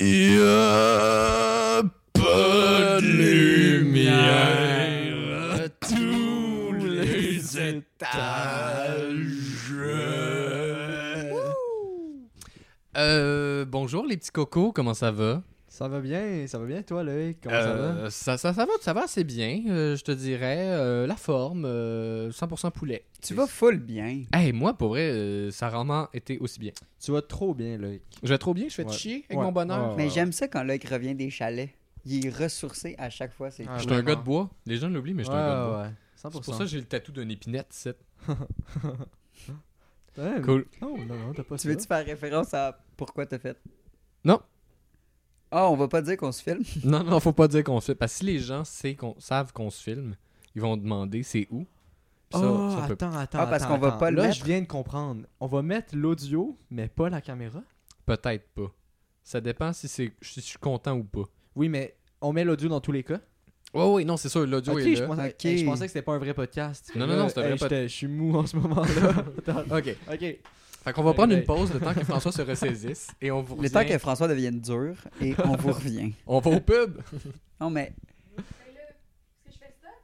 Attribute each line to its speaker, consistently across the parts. Speaker 1: Il y a pas de lumière à tous les étages.
Speaker 2: Euh, bonjour les petits cocos, comment ça va?
Speaker 3: Ça va bien, ça va bien toi Loïc, comment ça va?
Speaker 2: Euh, ça, ça, ça va ça va assez bien, euh, je te dirais. euh, la forme, euh, 100% poulet.
Speaker 4: Tu vas full bien.
Speaker 2: Hey, moi, pour vrai, euh, ça a rarement été aussi bien.
Speaker 3: Tu vas trop bien Loïc.
Speaker 2: Je vais trop bien, je fais de
Speaker 3: Ouais.
Speaker 2: chier avec
Speaker 3: Ouais.
Speaker 2: mon bonheur.
Speaker 3: Ah,
Speaker 4: Mais
Speaker 3: ouais.
Speaker 4: j'aime ça quand Luc revient des chalets. Il est ressourcé à chaque fois. C'est
Speaker 3: Ah,
Speaker 2: Je
Speaker 4: cool.
Speaker 2: suis un gars de bois. Les gens l'oublient, mais je suis un gars de bois.
Speaker 3: ouais, ouais, 100%.
Speaker 2: C'est pour ça que j'ai le tatou d'un épinette, c'est
Speaker 3: Ouais, mais-
Speaker 2: cool.
Speaker 3: Non, non, non, t'as pas
Speaker 4: Tu
Speaker 3: ça.
Speaker 4: veux-tu faire référence à pourquoi t'as fait?
Speaker 2: Non.
Speaker 4: Ah, on va pas dire qu'on se filme.
Speaker 2: Non, non, faut pas dire qu'on se filme. Parce que si les gens sait qu'on- savent qu'on se filme, ils vont demander c'est où. Puis ça,
Speaker 3: oh,
Speaker 2: ça peut-
Speaker 3: attends, attends,
Speaker 4: Ah, parce
Speaker 3: attends,
Speaker 4: qu'on va
Speaker 3: attends.
Speaker 4: pas le
Speaker 3: Là,
Speaker 4: mettre.
Speaker 3: je viens de comprendre. On va mettre l'audio, mais pas la caméra.
Speaker 2: peut-être pas. Ça dépend si, c'est si je suis content ou pas.
Speaker 3: Oui, mais on met l'audio dans tous les cas.
Speaker 2: Ouais, oui, non, c'est sûr, l'audio
Speaker 3: ok,
Speaker 2: est
Speaker 3: je
Speaker 2: là.
Speaker 3: pensais,
Speaker 4: Ok.
Speaker 3: hey, je pensais que c'était pas un vrai podcast.
Speaker 2: Non, non, non, c'est un vrai pod-
Speaker 3: podcast. Je suis mou en ce moment-là. Attends,
Speaker 2: Ok.
Speaker 3: ok.
Speaker 2: Fait qu'on va prendre
Speaker 3: Ok.
Speaker 2: une pause le temps que François se ressaisisse et on vous
Speaker 4: Le
Speaker 2: revient.
Speaker 4: temps que François devienne dur et on vous revient.
Speaker 2: On va au pub.
Speaker 4: Non, mais.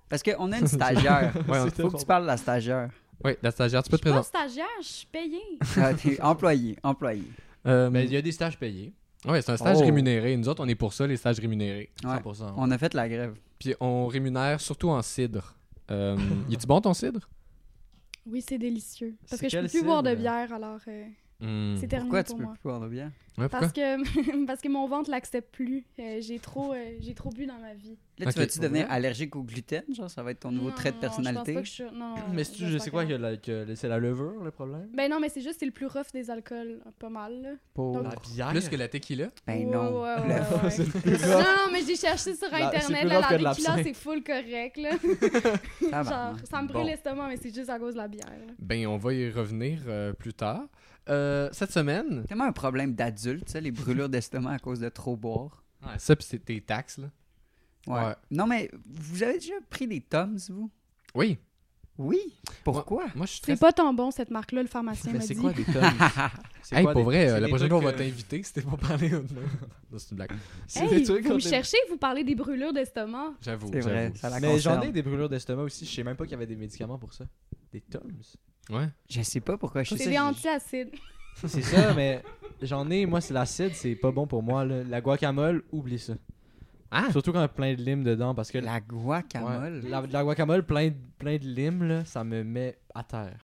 Speaker 4: Parce qu'on a une stagiaire.
Speaker 2: Ouais, on-
Speaker 3: C'était
Speaker 4: Faut que tu parles de la stagiaire.
Speaker 2: Oui, la stagiaire, tu peux te
Speaker 5: Pas
Speaker 2: présenter.
Speaker 5: stagiaire, je suis payée.
Speaker 4: Ah, t'es employé, employé.
Speaker 2: Euh,
Speaker 3: Mais il Ben, y a des stages payés.
Speaker 2: Ouais, c'est un stage
Speaker 4: Oh.
Speaker 2: rémunéré. Nous autres, on est pour ça, les stages rémunérés.
Speaker 4: Ouais.
Speaker 3: 100%.
Speaker 4: On a fait la grève.
Speaker 2: Puis on rémunère surtout en cidre. Euh, y tu bon ton cidre?
Speaker 5: Oui, c'est délicieux. Parce
Speaker 3: C'est
Speaker 5: que je peux
Speaker 3: quel
Speaker 5: plus
Speaker 3: cidre?
Speaker 5: boire de bière, alors euh,
Speaker 2: Hmm.
Speaker 5: c'est terminé
Speaker 4: Pourquoi tu
Speaker 5: pour
Speaker 4: peux
Speaker 5: moi.
Speaker 4: plus boire de bière?
Speaker 2: Ouais, pourquoi?
Speaker 5: Parce que, parce que mon ventre l'accepte plus. Euh, j'ai trop, euh, j'ai trop bu dans ma vie.
Speaker 4: Là,
Speaker 2: Ok.
Speaker 4: tu vas-tu devenir allergique au gluten? Genre, ça va être ton nouveau
Speaker 5: Non,
Speaker 4: trait de
Speaker 5: non, non, je pense
Speaker 4: personnalité?
Speaker 5: pas que je suis- non, non,
Speaker 3: Mais si tu, je
Speaker 5: j'espère
Speaker 3: sais
Speaker 5: que
Speaker 3: quoi,
Speaker 5: non.
Speaker 3: que, la- que c'est la levure le problème
Speaker 5: Ben non, mais c'est juste c'est le plus rough des alcools, pas mal. là.
Speaker 3: Pour
Speaker 5: La
Speaker 3: bière.
Speaker 2: Plus que la tequila.
Speaker 4: Ben
Speaker 5: Ouais,
Speaker 4: non.
Speaker 5: Oh, ouais,
Speaker 4: Le-
Speaker 5: ouais, ouais. Non, mais j'ai cherché sur
Speaker 3: La- Bah, c'est
Speaker 5: internet,
Speaker 3: plus
Speaker 5: là,
Speaker 3: rough que
Speaker 5: la
Speaker 3: de
Speaker 5: tequila,
Speaker 3: l'absinthe.
Speaker 5: c'est full correct. Là.
Speaker 4: Tabarnak.
Speaker 5: Genre, ça me brûle
Speaker 2: Bon.
Speaker 5: l'estomac, mais c'est juste à cause de la bière. là.
Speaker 2: Ben, on va y revenir euh, plus tard. Euh, cette semaine,
Speaker 4: tellement un problème d'adulte, ça, les brûlures d'estomac à cause de trop boire.
Speaker 2: ça pis c'est tes taxes, là.
Speaker 4: Ouais.
Speaker 2: Ouais.
Speaker 4: Non, mais vous avez déjà pris des Toms, vous?
Speaker 2: Oui,
Speaker 4: Oui. Pourquoi?
Speaker 2: moi je suis très...
Speaker 5: C'est pas tant bon cette marque-là, le pharmacien
Speaker 3: Mais
Speaker 5: m'a
Speaker 3: Ben, c'est
Speaker 5: dit.
Speaker 3: quoi des tomes C'est
Speaker 2: Hey,
Speaker 3: quoi
Speaker 2: pour
Speaker 3: des-
Speaker 2: vrai,
Speaker 3: c'est
Speaker 2: euh, la
Speaker 3: des
Speaker 2: prochaine fois, on
Speaker 3: trucs,
Speaker 2: va
Speaker 3: euh,
Speaker 2: t'inviter, c'était pour parler de Non, c'est une blague.
Speaker 3: c'est des
Speaker 5: Hey,
Speaker 3: trucs
Speaker 5: vous
Speaker 3: qu'on
Speaker 5: me
Speaker 3: est-
Speaker 5: cherchez, vous parlez des brûlures d'estomac.
Speaker 2: J'avoue,
Speaker 4: C'est vrai,
Speaker 2: j'avoue.
Speaker 4: ça la
Speaker 3: Mais j'en
Speaker 4: concerne.
Speaker 3: ai des brûlures d'estomac aussi. Je sais même pas qu'il y avait des médicaments pour ça. Des tomes
Speaker 2: Ouais.
Speaker 4: Je sais pas pourquoi je
Speaker 3: C'est
Speaker 5: C'est
Speaker 4: sais.
Speaker 3: j'ai-
Speaker 5: des antiacides.
Speaker 3: C'est ça, mais j'en ai. Moi, c'est l'acide, c'est pas bon pour moi. là. La guacamole, oublie ça.
Speaker 2: Ah!
Speaker 3: Surtout quand il y a plein de lime dedans, parce que
Speaker 4: La
Speaker 3: Ouais,
Speaker 4: guacamole.
Speaker 3: la, la guacamole, plein de, plein de lime, là, ça me met à terre.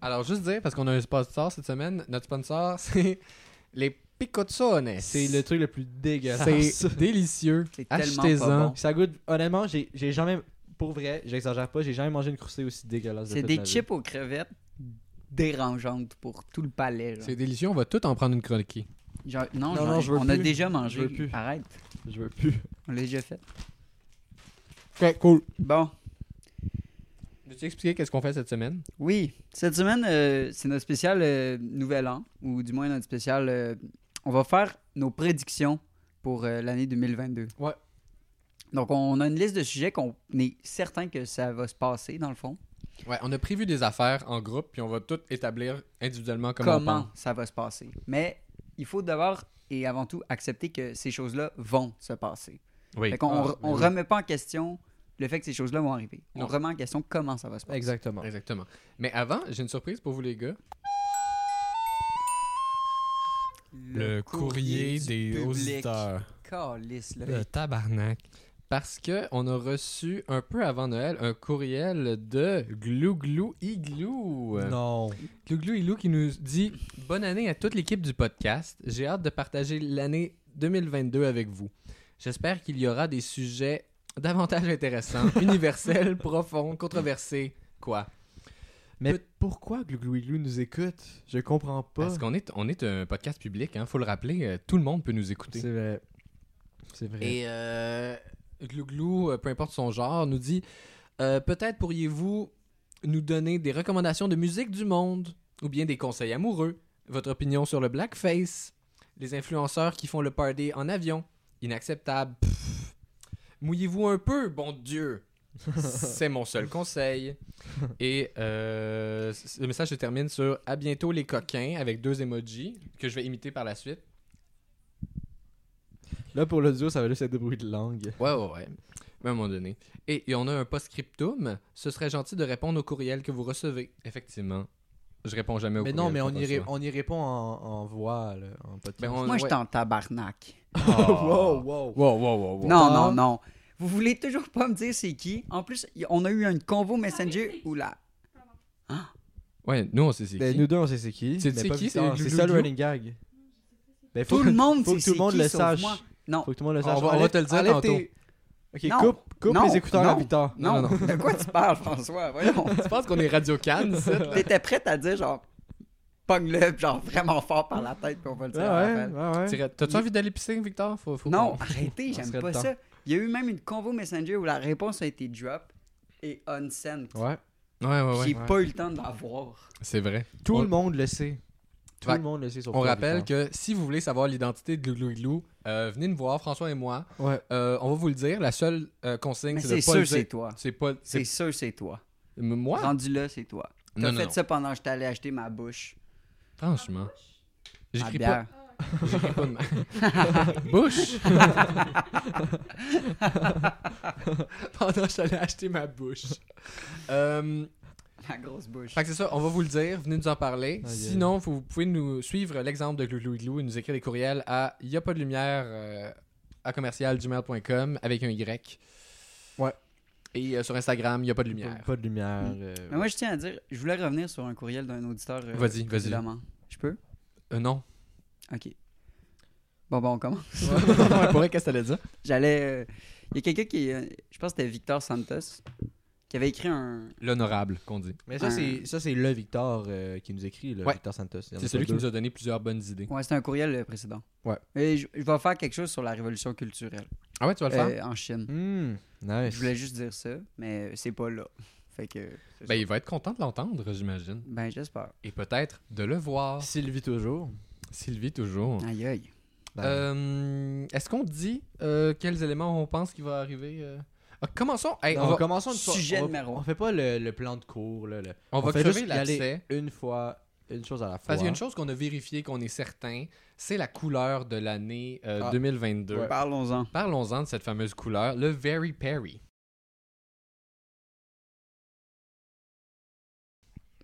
Speaker 2: Alors, juste dire, parce qu'on a un sponsor cette semaine, notre sponsor, c'est les Picotzones.
Speaker 3: C'est le truc le plus dégueulasse.
Speaker 2: C'est délicieux.
Speaker 4: C'est tellement pas
Speaker 2: Achetez-en.
Speaker 4: bon.
Speaker 3: Ça goûte. Honnêtement, j'ai j'ai jamais. Pour vrai, j'exagère pas, j'ai jamais mangé une croustille aussi dégueulasse. de
Speaker 4: C'est
Speaker 3: toute ma
Speaker 4: des
Speaker 3: vie.
Speaker 4: chips aux crevettes dérangeantes pour tout le palais. genre.
Speaker 2: C'est délicieux, on va tout en prendre une croquée.
Speaker 4: Genre, non,
Speaker 3: Non,
Speaker 4: j'en-
Speaker 3: non, je veux
Speaker 4: on a
Speaker 3: plus.
Speaker 4: déjà
Speaker 3: Je
Speaker 4: mangé.
Speaker 3: veux plus.
Speaker 4: Arrête.
Speaker 3: Je veux plus.
Speaker 4: On l'a déjà fait.
Speaker 2: Ok, cool.
Speaker 4: Bon.
Speaker 2: Veux-tu expliquer qu'est-ce qu'on fait cette semaine?
Speaker 4: Oui, cette semaine, euh, c'est notre spécial euh, Nouvel An, ou du moins notre spécial. euh, on va faire nos prédictions pour euh, l'année 2022.
Speaker 3: Ouais.
Speaker 4: Donc, on a une liste de sujets qu'on est certain que ça va se passer, dans le fond.
Speaker 2: Ouais, on a prévu des affaires en groupe, puis on va tout établir individuellement comment,
Speaker 4: Comment,
Speaker 2: on pense.
Speaker 4: ça va se passer. Mais il faut d'abord et avant tout accepter que ces choses-là vont se passer.
Speaker 2: Oui.
Speaker 4: Fait qu'on- on
Speaker 3: Ah,
Speaker 4: re- on
Speaker 3: oui.
Speaker 4: remet pas en question le fait que ces choses-là vont arriver.
Speaker 2: Non.
Speaker 4: On remet en question comment ça va se passer.
Speaker 3: Exactement.
Speaker 2: Exactement. Mais avant, j'ai une surprise pour vous, les gars.
Speaker 4: public. Calisse, là.
Speaker 2: Le tabarnak. Parce que on a reçu un peu avant Noël un courriel de Glouglou Igloo.
Speaker 3: Non.
Speaker 2: Glouglou Igloo qui nous dit Bonne année à toute l'équipe du podcast. J'ai hâte de partager l'année 2022 avec vous. J'espère qu'il y aura des sujets davantage intéressants, universels, profonds, controversés. Quoi
Speaker 3: Mais pourquoi Gluglou nous écoute Je comprends pas.
Speaker 2: Parce qu'on est, on est un podcast public, hein, faut le rappeler, euh, tout le monde peut nous écouter.
Speaker 3: C'est vrai. C'est vrai.
Speaker 2: Et euh, Glouglou, euh, peu importe son genre, nous dit euh, peut-être pourriez-vous nous donner des recommandations de musique du monde ou bien des conseils amoureux, votre opinion sur le blackface, les influenceurs qui font le party en avion, inacceptable. Pff. Mouillez-vous un peu, bon Dieu. C'est mon seul conseil. Et euh, c- le message se termine sur à bientôt les coquins avec deux emojis que je vais imiter par la suite.
Speaker 3: Là, pour l'audio, ça va juste être des bruits de langue.
Speaker 2: Ouais, ouais, ouais. Mais à un moment donné. Et, et on a un post-scriptum. Ce serait gentil de répondre aux courriels que vous recevez. Effectivement. Je réponds jamais aux
Speaker 3: Mais
Speaker 2: courriels.
Speaker 3: non, mais on
Speaker 2: qu'on
Speaker 3: y, ré-
Speaker 2: reçoit.
Speaker 3: on y répond en, en voix, là, en podcast.
Speaker 2: Ben, on-
Speaker 4: Moi, je
Speaker 2: ouais.
Speaker 4: suis en tabarnak.
Speaker 2: Oh.
Speaker 3: Ah, wow, wow.
Speaker 2: Wow, wow, wow, wow.
Speaker 4: Non,
Speaker 3: Wow.
Speaker 4: non, non. Vous voulez toujours pas me dire c'est qui? En plus, y- on a eu une convo Messenger où la...
Speaker 2: Ouais, nous, on sait c'est
Speaker 3: Ben,
Speaker 2: qui.
Speaker 3: nous deux, on sait c'est qui.
Speaker 2: C'est-
Speaker 3: mais
Speaker 2: c'est
Speaker 3: pas
Speaker 2: qui,
Speaker 3: Victor.
Speaker 2: c'est
Speaker 3: C'est ça le
Speaker 2: Loulou?
Speaker 3: running gag. Ben, faut
Speaker 4: tout
Speaker 3: que-
Speaker 4: le monde
Speaker 3: faut
Speaker 4: sait
Speaker 3: que tout
Speaker 4: c'est
Speaker 3: le monde
Speaker 4: qui,
Speaker 3: le
Speaker 4: sauf
Speaker 3: sache.
Speaker 4: moi. Non,
Speaker 3: Faut que tout le monde le
Speaker 2: On
Speaker 3: sache.
Speaker 2: va- on va
Speaker 3: Enlève-
Speaker 2: te le dire
Speaker 3: enlève
Speaker 2: tantôt.
Speaker 3: tes- Ok,
Speaker 4: Non,
Speaker 3: coupe, coupe
Speaker 4: non,
Speaker 3: les écouteurs à
Speaker 4: non,
Speaker 3: Victor.
Speaker 4: non,
Speaker 2: non,
Speaker 4: de quoi tu parles, François? Voyons.
Speaker 2: Tu penses qu'on est Radio Cannes, ça?
Speaker 4: T'étais prête à dire, genre, pogne-le, genre, vraiment fort par la tête, puis on va le
Speaker 3: Ouais,
Speaker 4: dire. à
Speaker 3: Ah ouais,
Speaker 4: Raphaël.
Speaker 3: ouais.
Speaker 2: Tirais- T'as-tu envie d'aller pisser, Victor? Faut, faut
Speaker 4: Non,
Speaker 2: qu'on-
Speaker 4: arrêtez,
Speaker 3: On
Speaker 4: j'aime
Speaker 3: serait
Speaker 4: pas
Speaker 3: dedans.
Speaker 4: ça. Il y a eu même une convo Messenger où la réponse a été drop et unsent.
Speaker 3: Ouais.
Speaker 2: Ouais, ouais,
Speaker 4: J'ai
Speaker 2: ouais.
Speaker 4: pas eu le temps de l'avoir.
Speaker 2: C'est vrai.
Speaker 3: Tout
Speaker 2: On-
Speaker 3: le monde le sait. Tout
Speaker 2: Fait-
Speaker 3: le monde le sait. sauf
Speaker 2: On
Speaker 3: toi,
Speaker 2: rappelle
Speaker 3: Victor.
Speaker 2: que si vous voulez savoir l'identité de Glouglou et Glou, euh, venez nous voir, François et moi.
Speaker 3: Ouais.
Speaker 2: Euh, on va vous le dire. La seule euh, consigne,
Speaker 4: Mais
Speaker 2: c'est de
Speaker 4: c'est
Speaker 2: pas le
Speaker 4: sûr, c'est
Speaker 2: dire.
Speaker 4: toi.
Speaker 2: C'est pas. C'est
Speaker 4: C'est sûr, c'est toi.
Speaker 2: moi.
Speaker 4: Rendu là, c'est toi.
Speaker 2: Non,
Speaker 4: T'as
Speaker 2: non,
Speaker 4: fait
Speaker 2: non.
Speaker 4: ça pendant que j'étais allé acheter ma bouche.
Speaker 2: Franchement,
Speaker 4: à
Speaker 2: j'écris pas.
Speaker 4: bière.
Speaker 2: J'écris pas de ma- bouche. Pendant que j'allais acheter ma bouche. Euh,
Speaker 4: Ma grosse bouche.
Speaker 2: Fait que c'est ça, on va vous le dire, venez nous en parler.
Speaker 3: Aïe, aïe.
Speaker 2: Sinon, vous pouvez nous suivre l'exemple de Glouglou et Glou et nous écrire des courriels à y a pas de lumière euh, à commercial gmail.com avec un Y.
Speaker 3: Ouais.
Speaker 2: Et euh, sur Instagram, y a pas de
Speaker 3: Pas,
Speaker 2: lumière.
Speaker 3: pas de lumière.
Speaker 4: Mm.
Speaker 3: euh,
Speaker 4: Mais moi, je tiens à dire, je voulais revenir sur un courriel d'un auditeur. euh,
Speaker 2: Vas-y, vas-y.
Speaker 4: précédemment. Je peux?
Speaker 2: Euh, non.
Speaker 4: Ok. Bon, bon, on commence.
Speaker 2: Ouais, Pour vrai, qu'est-ce que t'allais dire?
Speaker 4: J'allais. euh, Il y a quelqu'un qui. euh, Je pense que c'était Victor Santos qui avait écrit un.
Speaker 2: L'honorable, qu'on dit.
Speaker 3: Mais ça,
Speaker 4: Un-
Speaker 3: c'est ça, c'est le Victor euh, qui nous écrit, le
Speaker 2: Ouais.
Speaker 3: Victor Santos. Il y en a
Speaker 2: C'est
Speaker 3: pas
Speaker 2: celui qui
Speaker 3: deux.
Speaker 2: nous a donné plusieurs bonnes idées.
Speaker 4: Ouais, c'était un courriel euh, précédent.
Speaker 3: Ouais.
Speaker 4: Et je, je vais faire quelque chose sur la révolution culturelle
Speaker 2: Ah ouais, tu vas le faire?
Speaker 4: euh, en Chine.
Speaker 3: Hmm, nice.
Speaker 4: Je voulais juste dire ça, mais c'est pas là. Fait que. c'est
Speaker 2: Ben,
Speaker 4: ça.
Speaker 2: il va être content de l'entendre, j'imagine.
Speaker 4: Ben, j'espère.
Speaker 2: Et peut-être de le voir.
Speaker 3: Sylvie toujours.
Speaker 2: Sylvie, toujours.
Speaker 4: Aïe aïe.
Speaker 3: Ben,
Speaker 2: Euh, Est-ce qu'on dit euh, quels éléments on pense qu'il va arriver? euh? Ah, commençons. Hey,
Speaker 3: non,
Speaker 2: on va,
Speaker 3: commençons une fois-
Speaker 4: Sujet
Speaker 3: on,
Speaker 4: numéro un.
Speaker 3: On fait pas le, le plan de cours. Là, le-
Speaker 2: on
Speaker 3: on
Speaker 2: va
Speaker 3: fait
Speaker 2: crever
Speaker 3: juste y aller
Speaker 2: l'accès.
Speaker 3: une fois, une chose à la fois.
Speaker 2: Parce qu'il y a une chose qu'on a vérifiée, qu'on est certain, c'est la couleur de l'année euh,
Speaker 3: Ah.
Speaker 2: 2022.
Speaker 3: Ouais.
Speaker 4: Parlons-en.
Speaker 2: Parlons-en de cette fameuse couleur, le Very Perry.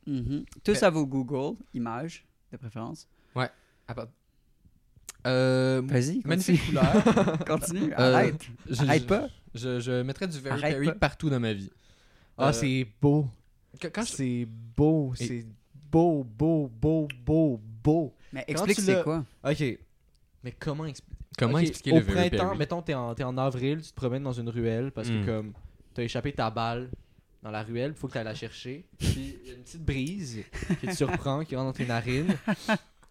Speaker 4: Mhm. Tous
Speaker 2: Mais-
Speaker 4: à vos Google, images, de préférence.
Speaker 2: Ah, pardon. Euh,
Speaker 4: Vas-y, continue.
Speaker 2: magnifique couleur.
Speaker 4: continue.
Speaker 2: Euh,
Speaker 4: Arrête.
Speaker 2: Je-
Speaker 4: Arrête
Speaker 2: je-
Speaker 4: pas.
Speaker 2: Je, je mettrais du Very
Speaker 4: Arrête
Speaker 2: Perry
Speaker 4: pas.
Speaker 2: partout dans ma vie.
Speaker 3: Ah,
Speaker 2: Euh,
Speaker 3: c'est beau.
Speaker 2: Qu- Quand je-
Speaker 3: C'est beau.
Speaker 2: Et-
Speaker 3: C'est beau, beau, beau, beau, beau.
Speaker 4: Mais
Speaker 3: Quand
Speaker 4: explique
Speaker 3: tu
Speaker 4: c'est
Speaker 3: l'as-
Speaker 4: quoi.
Speaker 3: Ok. Mais comment expliquer
Speaker 2: Comment
Speaker 3: Ok,
Speaker 2: expliquer
Speaker 3: au
Speaker 2: le Very
Speaker 3: printemps,
Speaker 2: Perry?
Speaker 3: mettons, t'es en, t'es en avril, tu te promènes dans une ruelle parce que
Speaker 2: Mm.
Speaker 3: comme t'as échappé ta balle dans la ruelle, faut que t'ailles la chercher. Puis il y a une petite brise qui te surprend, qui rentre dans tes narines.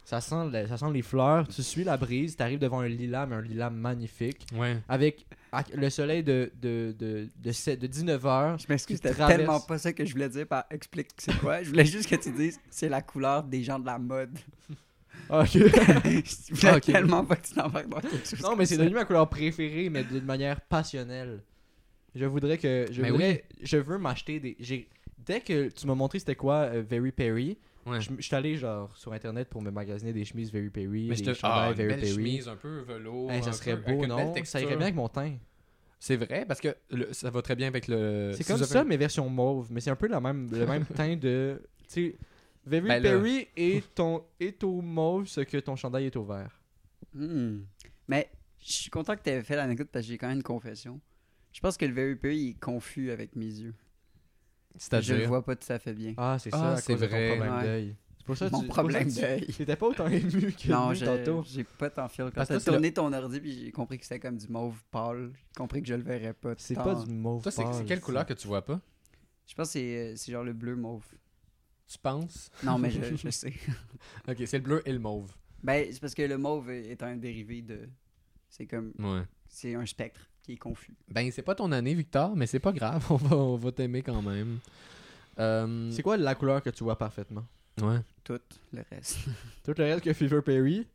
Speaker 3: Ça sent, le- ça sent les fleurs. Tu suis la brise, t'arrives devant un lilas, mais un lilas magnifique.
Speaker 2: Ouais.
Speaker 3: Avec à- le soleil de, de, de, de, sept- de 19h.
Speaker 4: Je m'excuse,
Speaker 3: Tu
Speaker 4: c'était
Speaker 3: traverses.
Speaker 4: tellement pas ça que je voulais dire par explique c'est quoi. Je voulais juste que tu dises c'est la couleur des gens de la mode. je voulais
Speaker 3: Ah, ok.
Speaker 4: tellement pas que tu t'embarques dans quelque chose.
Speaker 3: Non, mais c'est
Speaker 4: comme ça.
Speaker 3: devenu ma couleur préférée, mais d'une manière passionnelle. Je voudrais que. Je,
Speaker 2: Mais
Speaker 3: voudrais- je veux m'acheter des. j'ai- Dès que tu m'as montré c'était quoi euh, Very Perry,
Speaker 2: ouais.
Speaker 3: je, je suis allé genre sur internet pour me magasiner des chemises Very Perry,
Speaker 2: Mais je
Speaker 3: des
Speaker 2: te...
Speaker 3: chandails
Speaker 2: Ah, une
Speaker 3: Very
Speaker 2: belle
Speaker 3: Perry.
Speaker 2: chemise, un peu velours.
Speaker 3: Hey, ça
Speaker 2: un peu-
Speaker 3: serait
Speaker 2: avec
Speaker 3: beau,
Speaker 2: une belle
Speaker 3: non Ça irait
Speaker 2: texture.
Speaker 3: bien avec mon teint.
Speaker 2: C'est vrai, parce que le- ça va très bien avec le.
Speaker 3: c'est
Speaker 2: si
Speaker 3: comme
Speaker 2: vous avez-
Speaker 3: ça, mais version mauve. Mais c'est un peu la même, le même teint de. Tu sais, Very
Speaker 2: Ben là.
Speaker 3: Perry est, ton, est au mauve ce que ton chandail est au vert.
Speaker 4: Hmm. Mais je suis content que tu aies fait l'anecdote parce que j'ai quand même une confession. Je pense que le VEP il est confus avec mes yeux. Je le
Speaker 2: C'est-à-dire.
Speaker 4: vois pas tout à fait bien.
Speaker 3: Ah, c'est
Speaker 2: Ah,
Speaker 3: ça, à
Speaker 2: c'est
Speaker 3: cause de ton
Speaker 2: vrai.
Speaker 3: problème
Speaker 4: Ouais.
Speaker 3: d'œil. C'est pour ça que
Speaker 4: Mon
Speaker 3: tu- c'est pour ça
Speaker 4: problème
Speaker 3: que tu-
Speaker 4: d'œil.
Speaker 3: T'étais pas autant ému que
Speaker 4: Non,
Speaker 3: nous
Speaker 4: j'ai
Speaker 3: tantôt.
Speaker 4: j'ai pas tant fier. Quand
Speaker 2: Parce que
Speaker 4: t'as
Speaker 2: toi, c'est
Speaker 4: tourné ton ordi, puis j'ai compris que c'était comme du mauve pâle. J'ai compris que je le verrais pas.
Speaker 3: C'est
Speaker 4: tant.
Speaker 3: pas du mauve.
Speaker 2: Toi, c'est c'est
Speaker 3: pâle,
Speaker 2: quelle
Speaker 3: ça.
Speaker 2: couleur que tu vois pas
Speaker 4: Je pense que c'est euh, c'est genre le bleu mauve.
Speaker 2: Tu penses
Speaker 4: Non, mais je, je sais.
Speaker 2: Ok, c'est le bleu et le mauve.
Speaker 4: Ben, c'est parce que le mauve est un dérivé de. C'est comme.
Speaker 2: Ouais.
Speaker 4: C'est un spectre qui est confus.
Speaker 2: Ben, c'est pas ton année, Victor, mais c'est pas grave. On va, on va t'aimer quand même. Euh,
Speaker 3: C'est quoi la couleur que tu vois parfaitement
Speaker 2: ouais.
Speaker 4: Tout le reste.
Speaker 3: Tout le reste que Fever Perry,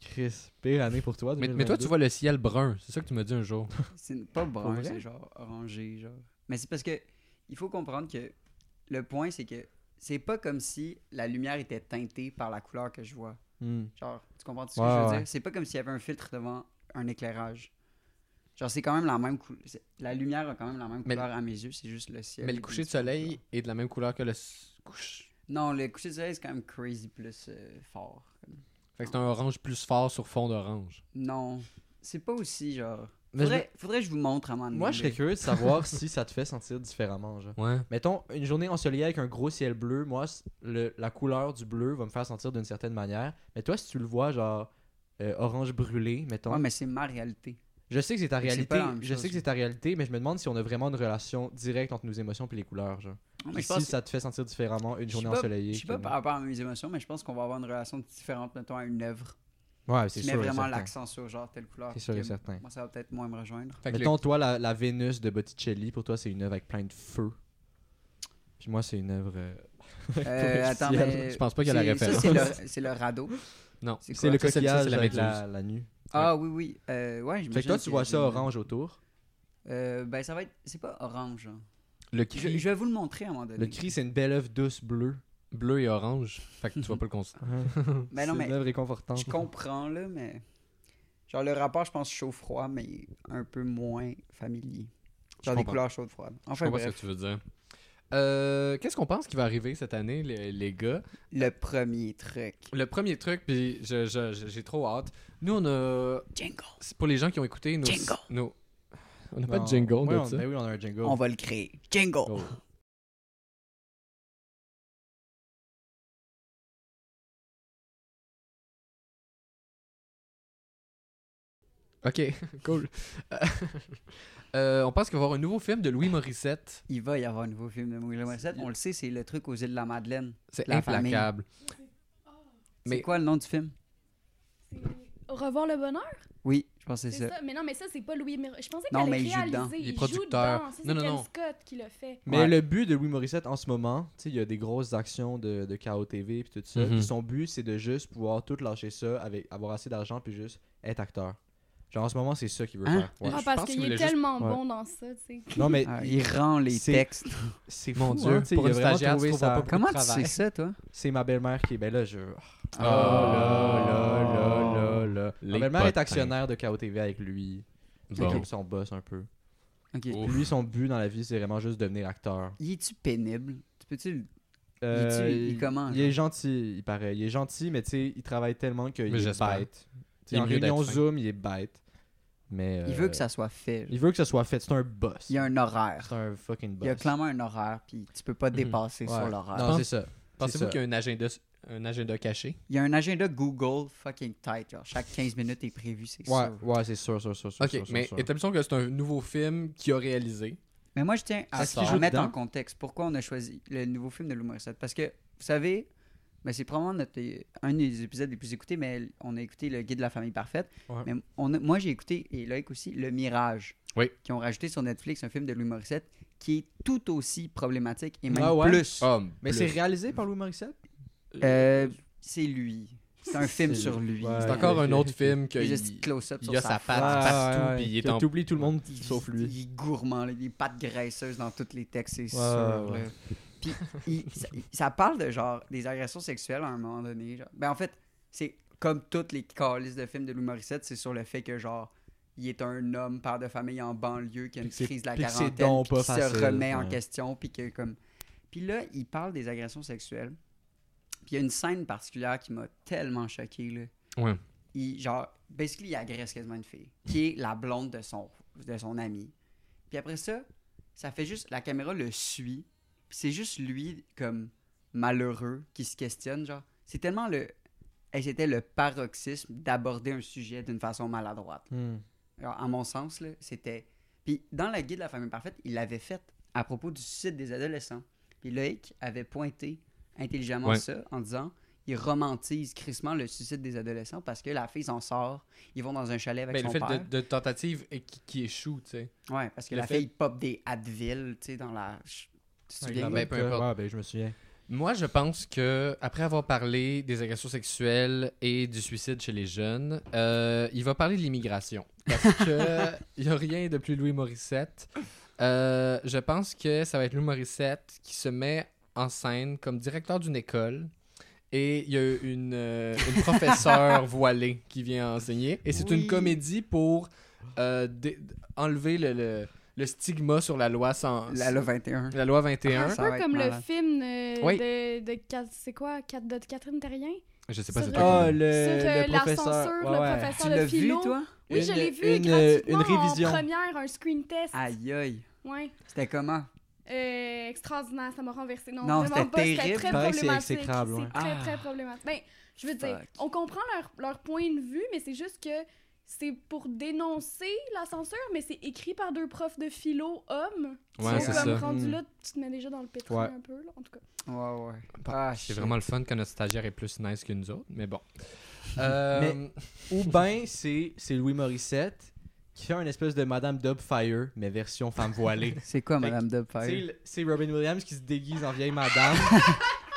Speaker 3: Chris, pire année pour toi.
Speaker 2: Mais, mais toi,
Speaker 3: 2022.
Speaker 2: tu vois le ciel brun. C'est ça que tu m'as dit un jour.
Speaker 4: C'est pas brun,
Speaker 3: vrai?
Speaker 4: c'est genre orangé, genre. Mais c'est parce que il faut comprendre que le point, c'est que c'est pas comme si la lumière était teintée par la couleur que je vois.
Speaker 3: Hmm.
Speaker 4: Genre, tu comprends ce que
Speaker 3: Ouais,
Speaker 4: je veux
Speaker 3: ouais.
Speaker 4: dire? C'est pas comme s'il y avait un filtre devant un éclairage. Genre, c'est quand même la même couleur. La lumière a quand même la même
Speaker 2: Mais-
Speaker 4: couleur à mes yeux, c'est juste le ciel.
Speaker 2: Mais le
Speaker 4: est
Speaker 2: coucher de
Speaker 4: différent.
Speaker 2: soleil est de la même couleur que le s- couche.
Speaker 4: Non, le coucher de soleil, c'est quand même crazy plus euh, fort.
Speaker 2: Fait que c'est un orange plus fort sur fond d'orange.
Speaker 4: Non, c'est pas aussi genre.
Speaker 2: Mais je
Speaker 4: Faudrait, faudrait que je vous montre à un moment donné,
Speaker 3: Hmm. Moi, je serais
Speaker 4: là.
Speaker 3: curieux de savoir si ça te fait sentir différemment. Genre.
Speaker 2: me- Ouais.
Speaker 3: Mettons, une journée ensoleillée avec un gros ciel bleu, moi, c- le- la couleur du bleu va me faire sentir d'une certaine manière. Mais toi, si tu le vois, genre, euh, orange brûlé, mettons.
Speaker 4: Ouais, mais c'est ma réalité.
Speaker 3: Je sais que c'est ta
Speaker 4: C'est
Speaker 3: réalité,
Speaker 4: pas la même
Speaker 3: je
Speaker 4: chose.
Speaker 3: sais que c'est ta réalité, mais je me demande si on a vraiment une relation directe entre nos émotions et les couleurs. Genre.
Speaker 4: Non, mais
Speaker 3: si
Speaker 4: je pense-
Speaker 3: ça te fait sentir différemment une
Speaker 4: je suis
Speaker 3: journée
Speaker 4: pas-
Speaker 3: ensoleillée.
Speaker 4: Je sais pas
Speaker 3: que-
Speaker 4: par rapport à mes émotions, mais je pense qu'on va avoir une relation différente, mettons, à une œuvre.
Speaker 3: Ouais,
Speaker 4: Tu
Speaker 3: c'est
Speaker 4: mets
Speaker 3: sûr. et
Speaker 4: vraiment
Speaker 3: certain.
Speaker 4: l'accent sur genre telle couleur.
Speaker 3: C'est sûr
Speaker 4: que
Speaker 3: et certain.
Speaker 4: Moi, ça va peut-être moins me rejoindre.
Speaker 2: Fait que le-
Speaker 3: Mettons, toi, la, la Vénus de Botticelli, pour toi, c'est une œuvre avec plein de feu. Puis moi, c'est une œuvre. euh,
Speaker 4: Euh, attends,
Speaker 3: ciel.
Speaker 4: mais
Speaker 2: Je pense pas qu'il y a la
Speaker 4: c'est-
Speaker 2: référence.
Speaker 4: Ça, c'est le, c'est le radeau.
Speaker 2: Non.
Speaker 4: C'est
Speaker 3: C'est
Speaker 4: quoi?
Speaker 3: le
Speaker 2: Ça, c'est- ça,
Speaker 3: coquillage
Speaker 2: c'est la
Speaker 3: avec
Speaker 2: méduse.
Speaker 3: la, la nuit.
Speaker 4: Ah oui, oui. Euh, ouais,
Speaker 3: Fait que
Speaker 4: j'imagine
Speaker 3: toi, tu vois
Speaker 4: j'ai-
Speaker 3: ça orange autour.
Speaker 4: Euh, ben, ça va être. C'est pas orange. hein.
Speaker 2: Le
Speaker 4: Je,
Speaker 2: cri
Speaker 4: je vais vous le montrer à un moment donné.
Speaker 3: Le cri, c'est une belle œuvre douce bleue.
Speaker 2: bleu et orange. Fait que tu vas pas le constater.
Speaker 4: Ben non,
Speaker 3: c'est une
Speaker 4: mais
Speaker 3: œuvre réconfortante.
Speaker 4: je comprends, là, mais. Genre, le rapport, je pense, chaud-froid, mais un peu moins familier.
Speaker 2: Je
Speaker 4: Genre, des
Speaker 2: comprends.
Speaker 4: couleurs chaudes-froides. Enfin,
Speaker 2: je comprends ce
Speaker 4: bref,
Speaker 2: que tu veux dire. Euh, Qu'est-ce qu'on pense qui va arriver cette année, les, les gars?
Speaker 4: le premier truc.
Speaker 2: Le premier truc, puis je- je- je- j'ai trop hâte. Nous, on a...
Speaker 4: Jingle.
Speaker 2: C'est pour les gens qui ont écouté nos...
Speaker 4: Jingle.
Speaker 2: nos- On n'a pas de
Speaker 3: Non.
Speaker 2: jingle
Speaker 3: Ouais,
Speaker 2: de
Speaker 3: on-
Speaker 2: ça.
Speaker 3: Ben oui, on a un jingle.
Speaker 4: On va le créer. Jingle.
Speaker 3: Oh.
Speaker 2: OK, cool. Euh, on pense qu'il va y avoir un nouveau film de Louis Morissette.
Speaker 4: Il va y avoir un nouveau film de Maurice Morissette. On le sait, c'est le truc aux îles de la Madeleine.
Speaker 2: C'est
Speaker 4: La
Speaker 2: implacable. Mais-
Speaker 4: C'est quoi le nom du film?
Speaker 5: Au revoir le bonheur,
Speaker 4: Oui, je pense que
Speaker 5: c'est
Speaker 4: c'est
Speaker 5: ça.
Speaker 4: ça.
Speaker 5: Mais non, mais ça, c'est pas Louis. Mir- Je pensais qu'il
Speaker 4: Non,
Speaker 5: allait
Speaker 4: mais il joue dedans.
Speaker 5: réaliser.
Speaker 2: Il est
Speaker 5: joue
Speaker 2: producteur.
Speaker 5: dedans. Ça,
Speaker 2: Non,
Speaker 5: c'est
Speaker 2: non,
Speaker 5: Ken
Speaker 2: non.
Speaker 5: Scott qui l'a fait.
Speaker 3: Mais
Speaker 4: Ouais.
Speaker 3: le but de Louis Morissette en ce moment, tu sais, il y a des grosses actions de, de KO TV et tout ça.
Speaker 2: Mhm.
Speaker 3: puis son but, c'est de juste pouvoir tout lâcher ça, avec avoir assez d'argent puis juste être acteur. Genre en ce moment, c'est ça qu'il veut
Speaker 4: Hein?
Speaker 3: faire. Ouais.
Speaker 5: ah,
Speaker 2: je pense
Speaker 5: parce
Speaker 2: qu'il
Speaker 5: qu'il est
Speaker 2: voulait juste-
Speaker 5: tellement
Speaker 3: Ouais.
Speaker 5: bon dans ça, tu sais.
Speaker 3: Non, mais
Speaker 4: Ah,
Speaker 3: il-
Speaker 4: il rend les
Speaker 3: c'est-
Speaker 4: textes.
Speaker 3: c'est
Speaker 2: Mon
Speaker 3: fou,
Speaker 2: Dieu,
Speaker 3: hein, tu sais,
Speaker 2: pour
Speaker 3: il a
Speaker 2: une
Speaker 3: vraiment
Speaker 2: stagiaire,
Speaker 3: trouvé
Speaker 2: tu trouveras
Speaker 3: sa-
Speaker 2: pas beaucoup
Speaker 4: Comment
Speaker 2: de
Speaker 4: tu sais
Speaker 2: travail.
Speaker 4: ça, toi?
Speaker 3: C'est ma belle-mère qui est. Ben là, je.
Speaker 2: Oh
Speaker 4: Ah.
Speaker 3: là, là, là,
Speaker 2: Les
Speaker 3: Ma belle-mère est
Speaker 2: potins.
Speaker 3: actionnaire de KO TV avec lui. C'est
Speaker 2: Bon.
Speaker 3: comme son boss un peu.
Speaker 4: Ok.
Speaker 2: Oh.
Speaker 3: Lui, son but dans la vie, c'est vraiment juste devenir acteur.
Speaker 4: Il est-tu pénible? Tu peux-tu le-
Speaker 3: Euh,
Speaker 4: il- il comment,
Speaker 3: il est gentil, il paraît. Il est gentil, mais tu sais, il travaille tellement qu'il
Speaker 2: Mais
Speaker 3: est
Speaker 2: j'espère.
Speaker 3: bête. Tu sais,
Speaker 2: Il est
Speaker 3: en
Speaker 2: mieux d'être
Speaker 3: réunion
Speaker 2: fin.
Speaker 3: Zoom, il est bête. Mais,
Speaker 4: Il
Speaker 3: euh,
Speaker 4: veut que ça soit fait.
Speaker 3: Il veut que ça soit fait. C'est un boss.
Speaker 4: Il y a un horaire.
Speaker 3: C'est un fucking boss.
Speaker 4: Il y a clairement un horaire, puis tu peux pas dépasser
Speaker 3: Ben, Mhm. Ouais.
Speaker 4: sur l'horaire.
Speaker 3: Non,
Speaker 2: pense-
Speaker 3: c'est ça.
Speaker 2: Pensez-vous
Speaker 3: ça.
Speaker 2: qu'il y a un agenda, un agenda caché?
Speaker 4: Il y a un agenda Google fucking tight. genre, chaque 15 minutes est prévu, c'est
Speaker 3: Ouais,
Speaker 4: sûr.
Speaker 3: ouais, c'est sûr, sûr, sûr, sûr.
Speaker 2: Ok,
Speaker 3: sûr, sûr,
Speaker 2: mais
Speaker 3: sûr.
Speaker 2: établissons que c'est un nouveau film qu'il a réalisé.
Speaker 4: Mais moi, je tiens à
Speaker 3: Ça
Speaker 4: ce
Speaker 3: sort. Qui joue
Speaker 4: mettre
Speaker 3: dedans?
Speaker 4: en contexte pourquoi on a choisi le nouveau film de Lou Morissette. Parce que, vous savez, ben, c'est probablement notre- un des épisodes les plus écoutés, mais on a écouté Le Guide de la famille parfaite.
Speaker 3: Ouais.
Speaker 4: Mais on a- moi, j'ai écouté, et Loïc aussi, Le Mirage,
Speaker 2: Oui.
Speaker 4: qui ont rajouté sur Netflix un film de Lou Morissette qui est tout aussi problématique et même
Speaker 3: Ah ouais?
Speaker 4: plus.
Speaker 3: Mais c'est réalisé par Louis Morissette
Speaker 4: Euh, c'est lui. C'est un film
Speaker 3: C'est-
Speaker 4: sur lui. Euh,
Speaker 3: ouais.
Speaker 2: C'est encore un autre film que
Speaker 4: Il
Speaker 2: il,
Speaker 4: a ce close-up
Speaker 2: il
Speaker 4: sur
Speaker 2: a
Speaker 4: sa
Speaker 2: sa patte
Speaker 4: face.
Speaker 2: partout, puis il est en-
Speaker 3: T'oublies tout le monde
Speaker 4: Il-
Speaker 3: sauf lui.
Speaker 4: Il est gourmand, là, il est pattes graisseuses dans tous les textes, c'est
Speaker 3: Ouais,
Speaker 4: sûr.
Speaker 3: ouais,
Speaker 4: là.
Speaker 3: ouais.
Speaker 4: Puis il- ça, il- ça parle de genre des agressions sexuelles à un moment donné. genre. Ben, en fait, c'est comme toutes les calices de films de Louis Morissette, c'est sur le fait que genre il est un homme, père de famille en banlieue, qui a une
Speaker 3: Puis que c'est-
Speaker 4: crise de la
Speaker 3: puis que c'est
Speaker 4: quarantaine,
Speaker 3: donc
Speaker 4: puis qui
Speaker 3: pas
Speaker 4: se
Speaker 3: facile,
Speaker 4: remet en
Speaker 3: ouais.
Speaker 4: question, puis que comme. Puis là, il parle des agressions sexuelles. Puis il y a une scène particulière qui m'a tellement choqué là il genre basically il agresse quasiment une fille qui est la blonde de son de son ami. Puis après ça, ça fait juste la caméra le suit. Puis c'est juste lui comme malheureux qui se questionne genre c'est tellement le et c'était le paroxysme d'aborder un sujet d'une façon maladroite.
Speaker 3: Hmm.
Speaker 4: Alors, à mon sens, là, c'était. Puis dans la guide de la famille parfaite, il l'avait fait à propos du suicide des adolescents. Puis Loïc avait pointé intelligemment
Speaker 2: Ouais.
Speaker 4: ça en disant il romantise crissement le suicide des adolescents parce que la fille s'en sort, ils vont dans un chalet avec
Speaker 2: Ben, le
Speaker 4: son
Speaker 2: fait
Speaker 4: père.
Speaker 2: de, de tentative et qui, qui échoue, tu sais.
Speaker 4: Ouais, parce que
Speaker 2: le
Speaker 4: la
Speaker 2: fait-
Speaker 4: fille pop des Advil, tu sais, dans la. Tu te souviens?
Speaker 2: ben, peu importe.
Speaker 3: Ouais, ben, je me souviens.
Speaker 2: Moi, je pense que après avoir parlé des agressions sexuelles et du suicide chez les jeunes, euh, il va parler de l'immigration. Parce que il n'y a rien de plus Louis Morissette. Euh, je pense que ça va être Lou Morissette qui se met en scène comme directeur d'une école. Et il y a une, euh, une professeure voilée qui vient enseigner. Et c'est
Speaker 4: Oui.
Speaker 2: une comédie pour euh, dé- enlever le, le- le stigma sur la loi, sans,
Speaker 4: La loi 21.
Speaker 2: la loi
Speaker 4: Ah,
Speaker 2: 21.
Speaker 5: Un
Speaker 4: ça va
Speaker 5: peu
Speaker 4: être
Speaker 5: comme le
Speaker 4: malade.
Speaker 5: film euh,
Speaker 2: Oui.
Speaker 5: de, de Cat- c'est quoi, Cat- de Catherine Terrien?
Speaker 2: Je sais
Speaker 5: pas
Speaker 2: pas
Speaker 5: c'est
Speaker 2: c'est
Speaker 5: Sur, quoi.
Speaker 2: quoi.
Speaker 3: Ah, le,
Speaker 5: sur euh,
Speaker 3: le professeur.
Speaker 5: l'ascenseur,
Speaker 3: Ouais,
Speaker 5: le
Speaker 3: ouais.
Speaker 5: professeur
Speaker 4: Tu
Speaker 5: de
Speaker 4: l'as vu,
Speaker 5: philo.
Speaker 4: toi?
Speaker 5: Oui,
Speaker 3: Une-
Speaker 5: je l'ai vu
Speaker 3: une, euh,
Speaker 5: gratuitement
Speaker 3: une révision.
Speaker 5: en première, un screen test.
Speaker 4: Aïe aïe.
Speaker 5: Ouais.
Speaker 4: C'était comment?
Speaker 5: Euh, extraordinaire, ça m'a renversé. Non,
Speaker 4: Non,
Speaker 5: vraiment
Speaker 4: c'était
Speaker 5: pas, c'était
Speaker 4: terrible.
Speaker 5: très
Speaker 3: Pareil que c'est
Speaker 5: problématique.
Speaker 3: exécrable, ouais.
Speaker 5: C'est très,
Speaker 4: Ah.
Speaker 5: très problématique. Ben, je veux dire,
Speaker 4: Fuck.
Speaker 5: on comprend leur, leur point de vue, mais c'est juste que c'est pour dénoncer la censure, mais c'est écrit par deux profs de philo hommes.
Speaker 2: Ouais,
Speaker 5: Donc,
Speaker 2: c'est
Speaker 5: comme
Speaker 2: ça.
Speaker 5: rendu
Speaker 3: Mm.
Speaker 5: là, tu te mets déjà dans le pétrole
Speaker 3: Ouais.
Speaker 5: un peu, là, en tout cas.
Speaker 4: Ouais, ouais. Ah,
Speaker 2: C'est
Speaker 4: shit.
Speaker 2: vraiment le fun que notre stagiaire est plus nice que nous autres, mais bon. Euh,
Speaker 3: Mais- Ou ben c'est c'est Louis Morissette qui fait un espèce de Madame Dubfire, mais version femme voilée.
Speaker 4: C'est quoi,
Speaker 3: Fait
Speaker 4: Madame
Speaker 3: Tu sais,
Speaker 4: Dubfire?
Speaker 3: le- c'est Robin Williams qui se déguise en vieille madame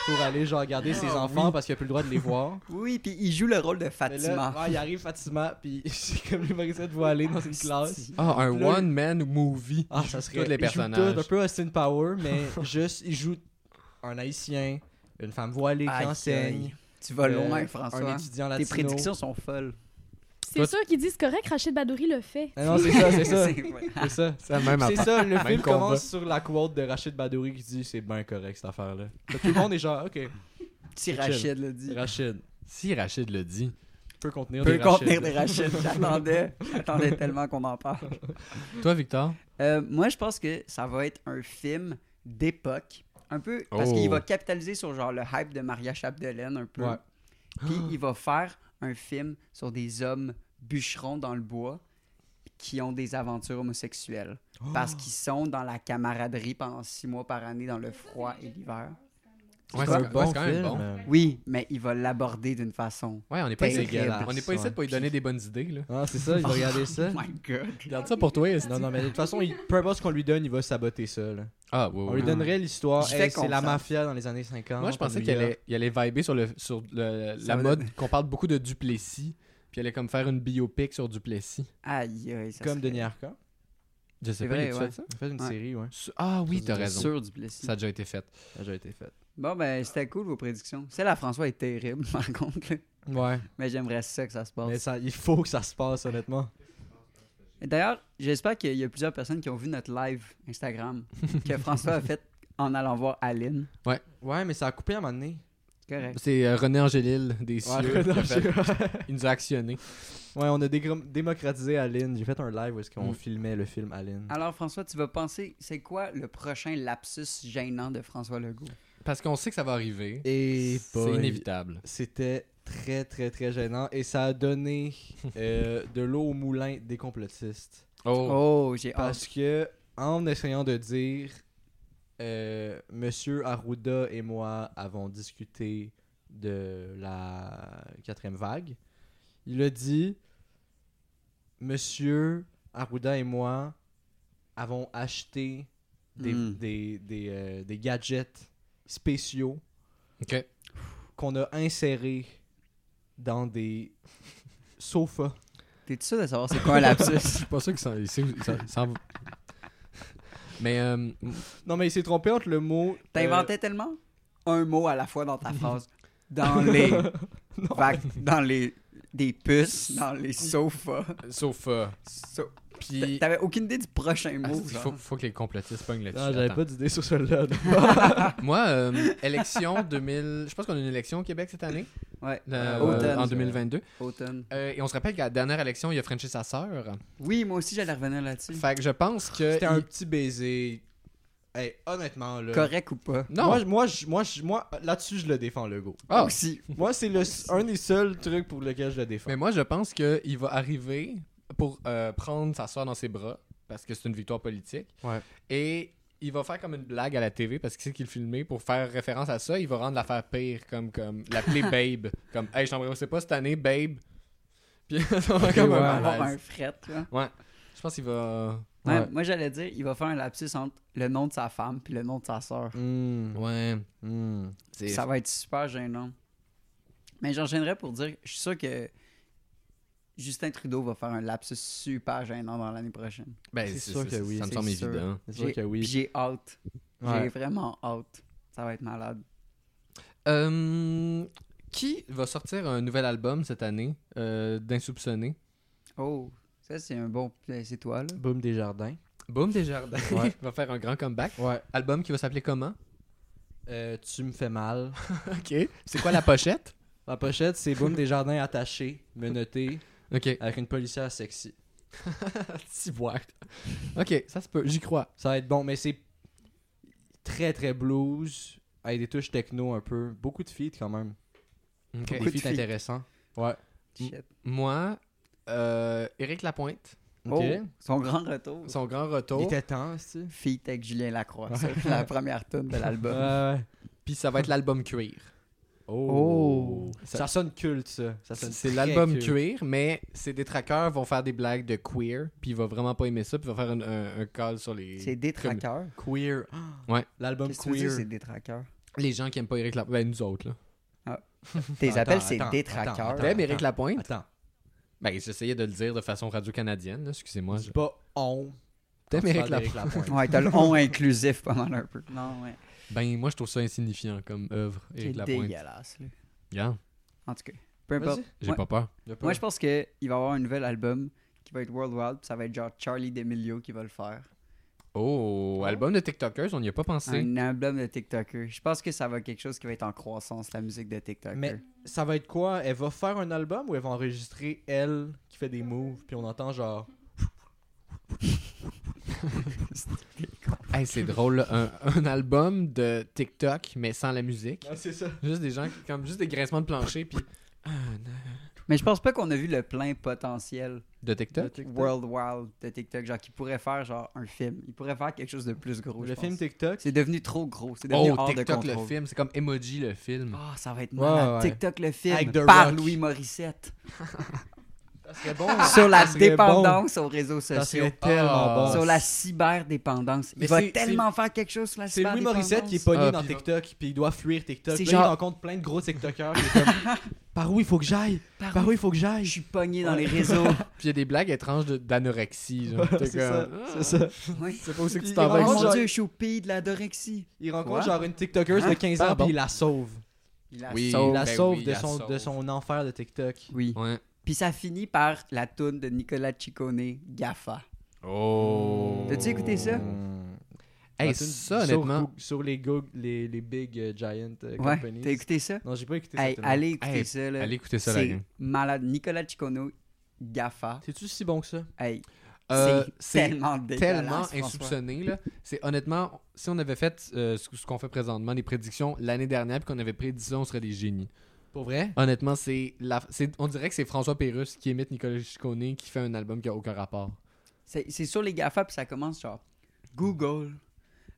Speaker 3: pour aller genre regarder ses
Speaker 4: Ah,
Speaker 3: enfants parce qu'il a plus le droit de les voir.
Speaker 4: Oui, puis il joue le rôle de
Speaker 3: Mais
Speaker 4: Fatima.
Speaker 3: là, ouais, il arrive Fatima, puis c'est comme Louis Morissette voilée dans une classe.
Speaker 2: Ah, un
Speaker 3: Là,
Speaker 2: one-man movie.
Speaker 3: Ah,
Speaker 2: Il
Speaker 3: ça
Speaker 2: joue
Speaker 3: serait
Speaker 2: tous les
Speaker 3: il joue
Speaker 2: personnages.
Speaker 3: tout, un peu Austin Power, mais juste il joue un haïtien, une femme voilée
Speaker 4: Aïe,
Speaker 3: qui
Speaker 4: aïe.
Speaker 3: enseigne,
Speaker 4: Tu vas
Speaker 3: euh,
Speaker 4: loin,
Speaker 3: un
Speaker 4: François.
Speaker 3: étudiant
Speaker 4: Tes
Speaker 3: latino.
Speaker 4: prédictions sont folles.
Speaker 5: C'est sûr qu'ils disent correct, Rachid Badouri le fait.
Speaker 3: Ah non, c'est ça, c'est ça.
Speaker 4: C'est vrai.
Speaker 3: C'est ça.
Speaker 2: C'est la même
Speaker 3: C'est
Speaker 2: affaire.
Speaker 3: ça, le film
Speaker 2: combat.
Speaker 3: commence sur la quote de Rachid Badouri qui dit c'est bien correct cette affaire-là. Fait que Tout le monde est genre, ok,
Speaker 4: Si Rachid le dit.
Speaker 3: Rachid,
Speaker 2: Si Rachid le dit.
Speaker 3: peut contenir
Speaker 4: Peut
Speaker 3: des
Speaker 4: contenir
Speaker 3: Rachid.
Speaker 4: des Rachid. J'attendais. J'attendais tellement qu'on en parle.
Speaker 2: Toi, Victor
Speaker 4: Euh, moi, je pense que ça va être un film d'époque. Un peu parce
Speaker 2: Oh.
Speaker 4: qu'il va capitaliser sur genre le hype de Maria Chapdelaine un peu.
Speaker 3: Ouais.
Speaker 4: Puis il va faire un film sur des hommes bûcherons dans le bois qui ont des aventures homosexuelles
Speaker 3: Oh,
Speaker 4: parce qu'ils sont dans la camaraderie pendant six mois par année dans le froid et l'hiver.
Speaker 2: Ouais,
Speaker 3: un
Speaker 2: c'est
Speaker 3: bon
Speaker 2: ouais, c'est quand même
Speaker 3: film.
Speaker 2: bon.
Speaker 4: Oui, mais il va l'aborder d'une façon.
Speaker 2: Ouais, on n'est pas ici.
Speaker 4: Terrible.
Speaker 2: On n'est pas ici pour lui donner des bonnes idées, là.
Speaker 3: Ah, c'est ça, il va regarder ça.
Speaker 4: Oh my god.
Speaker 2: Garde ça pour toi, est-ce que-
Speaker 3: Non, non, mais de toute façon, il- peu importe ce qu'on lui donne, il va saboter ça. là.
Speaker 2: Ah, oui,
Speaker 3: On
Speaker 2: oui.
Speaker 3: lui donnerait l'histoire,
Speaker 4: Je
Speaker 3: hey,
Speaker 4: fais
Speaker 3: c'est la
Speaker 4: confiance.
Speaker 3: mafia dans les années 50.
Speaker 2: Moi, je pensais qu'il allait, il allait viber sur, le, sur le-
Speaker 4: Ça
Speaker 2: la
Speaker 4: va
Speaker 2: mode qu'on parle beaucoup de Duplessis, puis il allait comme faire une biopic sur Duplessis.
Speaker 4: Aïe, aïy, ça
Speaker 3: Comme
Speaker 4: serait-
Speaker 3: Denis Arcand.
Speaker 2: Je sais
Speaker 4: C'est
Speaker 2: pas,
Speaker 4: vrai,
Speaker 2: il a
Speaker 4: ouais.
Speaker 2: fait ça?
Speaker 3: Il a fait une
Speaker 4: Ouais.
Speaker 3: série, ouais.
Speaker 2: Su- Ah oui,
Speaker 3: Ça,
Speaker 2: t'as
Speaker 3: c'est
Speaker 2: raison.
Speaker 4: Sûr du blessé.
Speaker 2: Ça a déjà été fait.
Speaker 3: Ça a déjà été fait.
Speaker 4: Bon, ben, c'était cool vos prédictions. Celle à François est terrible, par contre. là.
Speaker 3: Ouais.
Speaker 4: Mais j'aimerais ça que ça se passe.
Speaker 3: Mais ça, il faut que ça se passe, honnêtement.
Speaker 4: Et D'ailleurs, j'espère qu'il y a plusieurs personnes qui ont vu notre live Instagram que François a fait en allant voir Aline.
Speaker 3: Ouais, mais ça a coupé à un moment donné.
Speaker 4: Correct.
Speaker 2: C'est euh, René Angélil des
Speaker 3: Ouais,
Speaker 2: cieux. qui a fait-
Speaker 3: ouais,
Speaker 2: Il nous a actionnés.
Speaker 3: on a dégrom- démocratisé Aline. J'ai fait un live où est-ce qu'on
Speaker 2: Mm.
Speaker 3: filmait le film Aline.
Speaker 4: Alors, François, tu vas penser, c'est quoi le prochain lapsus gênant de François Legault?
Speaker 2: Parce qu'on sait que ça va arriver.
Speaker 3: Et
Speaker 2: C'est inévitable.
Speaker 3: C'était très, très, très gênant. Et ça a donné euh, de l'eau au moulin des complotistes.
Speaker 2: Oh,
Speaker 4: Oh, j'ai hâte.
Speaker 3: Parce que, en essayant de dire, euh, Monsieur Arruda et moi avons discuté de la quatrième vague, il a dit, Monsieur Arruda et moi avons acheté des,
Speaker 4: Mm.
Speaker 3: des, des, euh, des gadgets spéciaux
Speaker 2: ok.
Speaker 3: qu'on a insérés dans des sofas.
Speaker 4: T'es-tu sûr de savoir c'est quoi un lapsus?
Speaker 2: suis pas sûr que ça. Mais euh,
Speaker 3: Non, mais il s'est trompé entre le mot... euh,
Speaker 4: T'inventais tellement un mot à la fois dans ta phrase. Dans les vac- dans les des puces, dans les sofas.
Speaker 2: sauf. euh,
Speaker 4: So-
Speaker 3: Ben,
Speaker 2: puis.
Speaker 4: T'avais aucune idée du prochain
Speaker 2: Ah,
Speaker 4: mot.
Speaker 2: c'est-
Speaker 4: genre.
Speaker 2: faut, faut que les complotistes pognent
Speaker 3: Non,
Speaker 2: là-dessus.
Speaker 3: hein. Ah, j'avais
Speaker 2: Attends.
Speaker 3: pas d'idée sur celle-là. non.
Speaker 2: Moi, euh, élection 2000. Je pense qu'on a une élection au Québec cette année,
Speaker 4: Ouais.
Speaker 2: euh,
Speaker 4: Automne.
Speaker 2: en 2022.
Speaker 4: Automne.
Speaker 2: Euh, et on se rappelle qu'à la dernière élection, il a Frenché sa sœur.
Speaker 4: Oui, moi aussi, j'allais revenir là-dessus.
Speaker 2: Fait que je pense que.
Speaker 3: Mm. C'était un
Speaker 2: il-
Speaker 3: petit baiser. Hey, honnêtement, là.
Speaker 4: Correct ou pas?
Speaker 2: Non,
Speaker 3: Moi, je- moi, je- moi, je- moi, là-dessus, je le défends, le go.
Speaker 2: Ah.
Speaker 4: Aussi.
Speaker 3: Moi, c'est le, un des seuls trucs pour lequel je le défends.
Speaker 2: mais moi, je pense qu'il va arriver pour euh, prendre sa soeur dans ses bras, parce que c'est une victoire politique.
Speaker 3: Ouais.
Speaker 2: Et il va faire comme une blague à la TV, parce qu'il sait qu'il le filmait, pour faire référence à ça. Il va rendre l'affaire pire, comme, comme l'appeler Babe. Comme, hey, je t'embrassais pas cette année, Babe. Puis ça va
Speaker 3: Ok,
Speaker 2: comme
Speaker 3: ouais.
Speaker 2: un
Speaker 4: avoir un
Speaker 2: malaise.
Speaker 4: fret. là.
Speaker 2: Je pense qu'il va.
Speaker 4: Ouais,
Speaker 3: Ouais.
Speaker 4: Moi, j'allais dire, il va faire un lapsus entre le nom de sa femme puis le nom de sa sœur.
Speaker 3: Mm,
Speaker 2: Ouais.
Speaker 3: mm.
Speaker 2: C'est-
Speaker 4: Ça va être super gênant. Mais j'enchaînerai pour dire, je suis sûr que Justin Trudeau va faire un lapsus super gênant dans l'année prochaine.
Speaker 2: Ben,
Speaker 3: C'est
Speaker 2: c'est
Speaker 3: sûr
Speaker 2: sûr
Speaker 3: que oui,
Speaker 2: Ça me
Speaker 4: c'est
Speaker 2: semble
Speaker 4: sûr.
Speaker 2: évident.
Speaker 3: C'est sûr
Speaker 4: J'ai-
Speaker 3: que oui.
Speaker 4: Puis J'ai hâte. J'ai
Speaker 3: Ouais.
Speaker 4: vraiment hâte. Ça va être malade.
Speaker 2: Euh, qui va sortir un nouvel album cette année euh, d'Insoupçonné
Speaker 4: Oh, ça c'est un bon. C'est toi là.
Speaker 3: Boom des jardins.
Speaker 2: Boom Desjardins
Speaker 3: Ouais.
Speaker 2: va faire un grand comeback.
Speaker 3: Ouais.
Speaker 2: Album qui va s'appeler comment
Speaker 3: Euh, tu me fais mal.
Speaker 2: Ok. C'est quoi la pochette
Speaker 3: La pochette, c'est Boom des jardins attaché, menotté,
Speaker 2: Ok.
Speaker 3: avec une policière sexy.
Speaker 2: Ah, Si voir. Ok, ça se peut, j'y crois.
Speaker 3: Ça va être bon, mais c'est très très blues, avec des touches techno un peu. Beaucoup de feats quand même.
Speaker 2: Ok.
Speaker 3: Des
Speaker 4: de
Speaker 3: feats
Speaker 4: feats.
Speaker 3: intéressants. Ouais.
Speaker 4: Shit.
Speaker 2: Moi, euh, Éric Lapointe,
Speaker 3: Ok.
Speaker 4: Oh, son grand retour.
Speaker 2: son grand
Speaker 3: Il
Speaker 2: retour.
Speaker 3: était temps, c'est.
Speaker 4: Feat avec Julien Lacroix. Ça, c'est la première tune de l'album.
Speaker 2: Puis ça va être l'album Cuir.
Speaker 3: Oh.
Speaker 4: Oh.
Speaker 3: Ça, ça sonne culte, ça. Ça sonne
Speaker 2: C'est
Speaker 3: très
Speaker 2: l'album
Speaker 3: culte.
Speaker 2: Cuir, mais ses détraqueurs vont faire des blagues de queer, puis il va vraiment pas aimer ça, puis il va faire un, un, un call sur les.
Speaker 4: c'est détraqueur.
Speaker 3: Queer.
Speaker 2: Ouais.
Speaker 3: L'album
Speaker 4: Ah. Qu'est-ce que tu veux dire,
Speaker 3: queer.
Speaker 4: c'est détraqueur?
Speaker 2: Les gens qui aiment pas Éric Lapointe. Ben, nous autres, là.
Speaker 4: Tes
Speaker 3: Attends,
Speaker 4: appels, c'est
Speaker 3: attends,
Speaker 4: détraqueur.
Speaker 3: attends,
Speaker 2: T'aimes Éric Lapointe
Speaker 3: Attends.
Speaker 2: Ben, j'essayais de le dire de façon radio-canadienne, là, excusez-moi.
Speaker 3: Dis pas on.
Speaker 2: T'aimes
Speaker 3: quand tu
Speaker 2: Éric
Speaker 3: parles d'Éric Lapointe.
Speaker 4: Ouais, t'as le on inclusif pas mal un peu. Non, ouais.
Speaker 2: Ben, moi, je trouve ça insignifiant comme œuvre,
Speaker 4: C'est
Speaker 2: Éric Lapointe.
Speaker 4: dégueulasse, là.
Speaker 2: Regarde,
Speaker 4: En tout cas, peu importe.
Speaker 3: Vas-y.
Speaker 2: j'ai
Speaker 4: Ouais.
Speaker 2: pas peur.
Speaker 3: Y a pas-
Speaker 4: Moi, je pense qu'il va y avoir un nouvel album qui va être Worldwide, puis ça va être genre Charlie D'Amelio qui va le faire.
Speaker 2: Oh, album de TikTokers, on n'y a pas pensé.
Speaker 4: Un album de TikToker. Je pense que ça va être quelque chose qui va être en croissance, la musique de TikToker.
Speaker 3: Mais ça va être quoi Elle va faire un album ou elle va enregistrer elle qui fait des moves puis on entend genre
Speaker 2: Hey, c'est drôle, là, un, un album de TikTok, mais sans la musique.
Speaker 3: c'est ça.
Speaker 2: Juste des gens, qui- comme juste des grincements de plancher, puis. Ah, non.
Speaker 4: Mais je pense pas qu'on a vu le plein potentiel
Speaker 2: De TikTok
Speaker 4: World Wild de TikTok, genre qui pourrait faire genre un film. Il pourrait faire quelque chose de plus gros.
Speaker 3: Le
Speaker 4: Oh, je
Speaker 3: film
Speaker 4: pense.
Speaker 3: TikTok.
Speaker 4: C'est devenu trop gros. C'est devenu
Speaker 2: Oh,
Speaker 4: hors de
Speaker 2: TikTok,
Speaker 4: contrôle.
Speaker 2: le film, c'est comme Emoji, le film.
Speaker 4: Ah, ça va être
Speaker 3: Ouais,
Speaker 4: malade.
Speaker 3: ouais.
Speaker 4: TikTok le film
Speaker 3: Avec The
Speaker 4: par
Speaker 3: Rock.
Speaker 4: Louis Morissette
Speaker 3: Ça serait Ah, bon.
Speaker 4: sur la
Speaker 3: Ça serait
Speaker 4: dépendance aux réseaux
Speaker 3: bon. Ça
Speaker 4: sociaux.
Speaker 3: serait tellement
Speaker 2: Ah,
Speaker 3: bon.
Speaker 4: Sur la cyberdépendance.
Speaker 2: Mais
Speaker 4: Il va
Speaker 2: c'est-
Speaker 4: tellement faire quelque chose sur la
Speaker 3: C'est Louis
Speaker 4: cyberdépendance.
Speaker 3: Morissette qui est pogné
Speaker 2: Ah,
Speaker 3: dans
Speaker 2: puis il va-
Speaker 3: TikTok puis il doit fuir TikTok.
Speaker 4: C'est
Speaker 3: Là, il
Speaker 4: genre-
Speaker 3: rencontre plein de gros TikTokers. il est comme, Par où il faut que j'aille
Speaker 4: Par
Speaker 3: Par où il faut que j'aille
Speaker 4: Je suis pogné dans les réseaux.
Speaker 2: Puis il y a des blagues étranges de- d'anorexie. genre. T'es
Speaker 3: C'est ça.
Speaker 2: comme,
Speaker 3: C'est ça.
Speaker 4: Oui.
Speaker 2: C'est pas aussi que tu
Speaker 3: Il
Speaker 2: t'en vas avec
Speaker 4: Oh
Speaker 3: rencontre
Speaker 2: ça.
Speaker 4: mon
Speaker 3: genre-
Speaker 4: dieu, je suis au pays de l'adorexie.
Speaker 3: Il rencontre
Speaker 4: Quoi?
Speaker 3: genre une TikTokeuse de 15 ans
Speaker 2: Pardon?
Speaker 3: puis il la sauve.
Speaker 4: Il la
Speaker 2: Oui.
Speaker 4: sauve.
Speaker 3: Il la
Speaker 2: ben
Speaker 3: sauve
Speaker 2: oui,
Speaker 3: de
Speaker 2: la
Speaker 3: son de
Speaker 2: sauve.
Speaker 3: son enfer de TikTok.
Speaker 4: Oui.
Speaker 2: Ouais.
Speaker 4: Puis ça finit par la toune de Nicolas Ciccone, Gaffa.
Speaker 2: Oh.
Speaker 4: T'as-tu écouté ça?
Speaker 2: Hey,
Speaker 3: Cartoon
Speaker 2: ça,
Speaker 3: Hmm. sur
Speaker 2: honnêtement.
Speaker 3: Goog- Sur les, Goog- les, les Big euh, Giant euh,
Speaker 4: Ouais,
Speaker 3: Companies.
Speaker 4: t'as écouté ça?
Speaker 3: Non, j'ai pas écouté
Speaker 4: Hey,
Speaker 3: ça.
Speaker 4: allez écouter
Speaker 2: Hey,
Speaker 4: ça, là.
Speaker 2: Allez écouter ça, la
Speaker 4: C'est
Speaker 2: gang.
Speaker 4: malade. Nicolas Ciccone, Gaffa.
Speaker 3: T'es-tu si bon que ça?
Speaker 4: Hey,
Speaker 2: Euh,
Speaker 4: c'est tellement
Speaker 2: tellement
Speaker 4: dégueulasse, François.
Speaker 2: insoupçonné. là. C'est honnêtement, si on avait fait euh, ce ce qu'on fait présentement, des prédictions l'année dernière, puis qu'on avait prédit ça, on serait des génies.
Speaker 3: Pour vrai?
Speaker 2: Honnêtement, c'est la, c'est- on dirait que c'est François Pérusse qui imite Nicolas Chicone qui fait un album qui a aucun rapport.
Speaker 4: C'est c'est sur les GAFA, puis ça commence genre Google,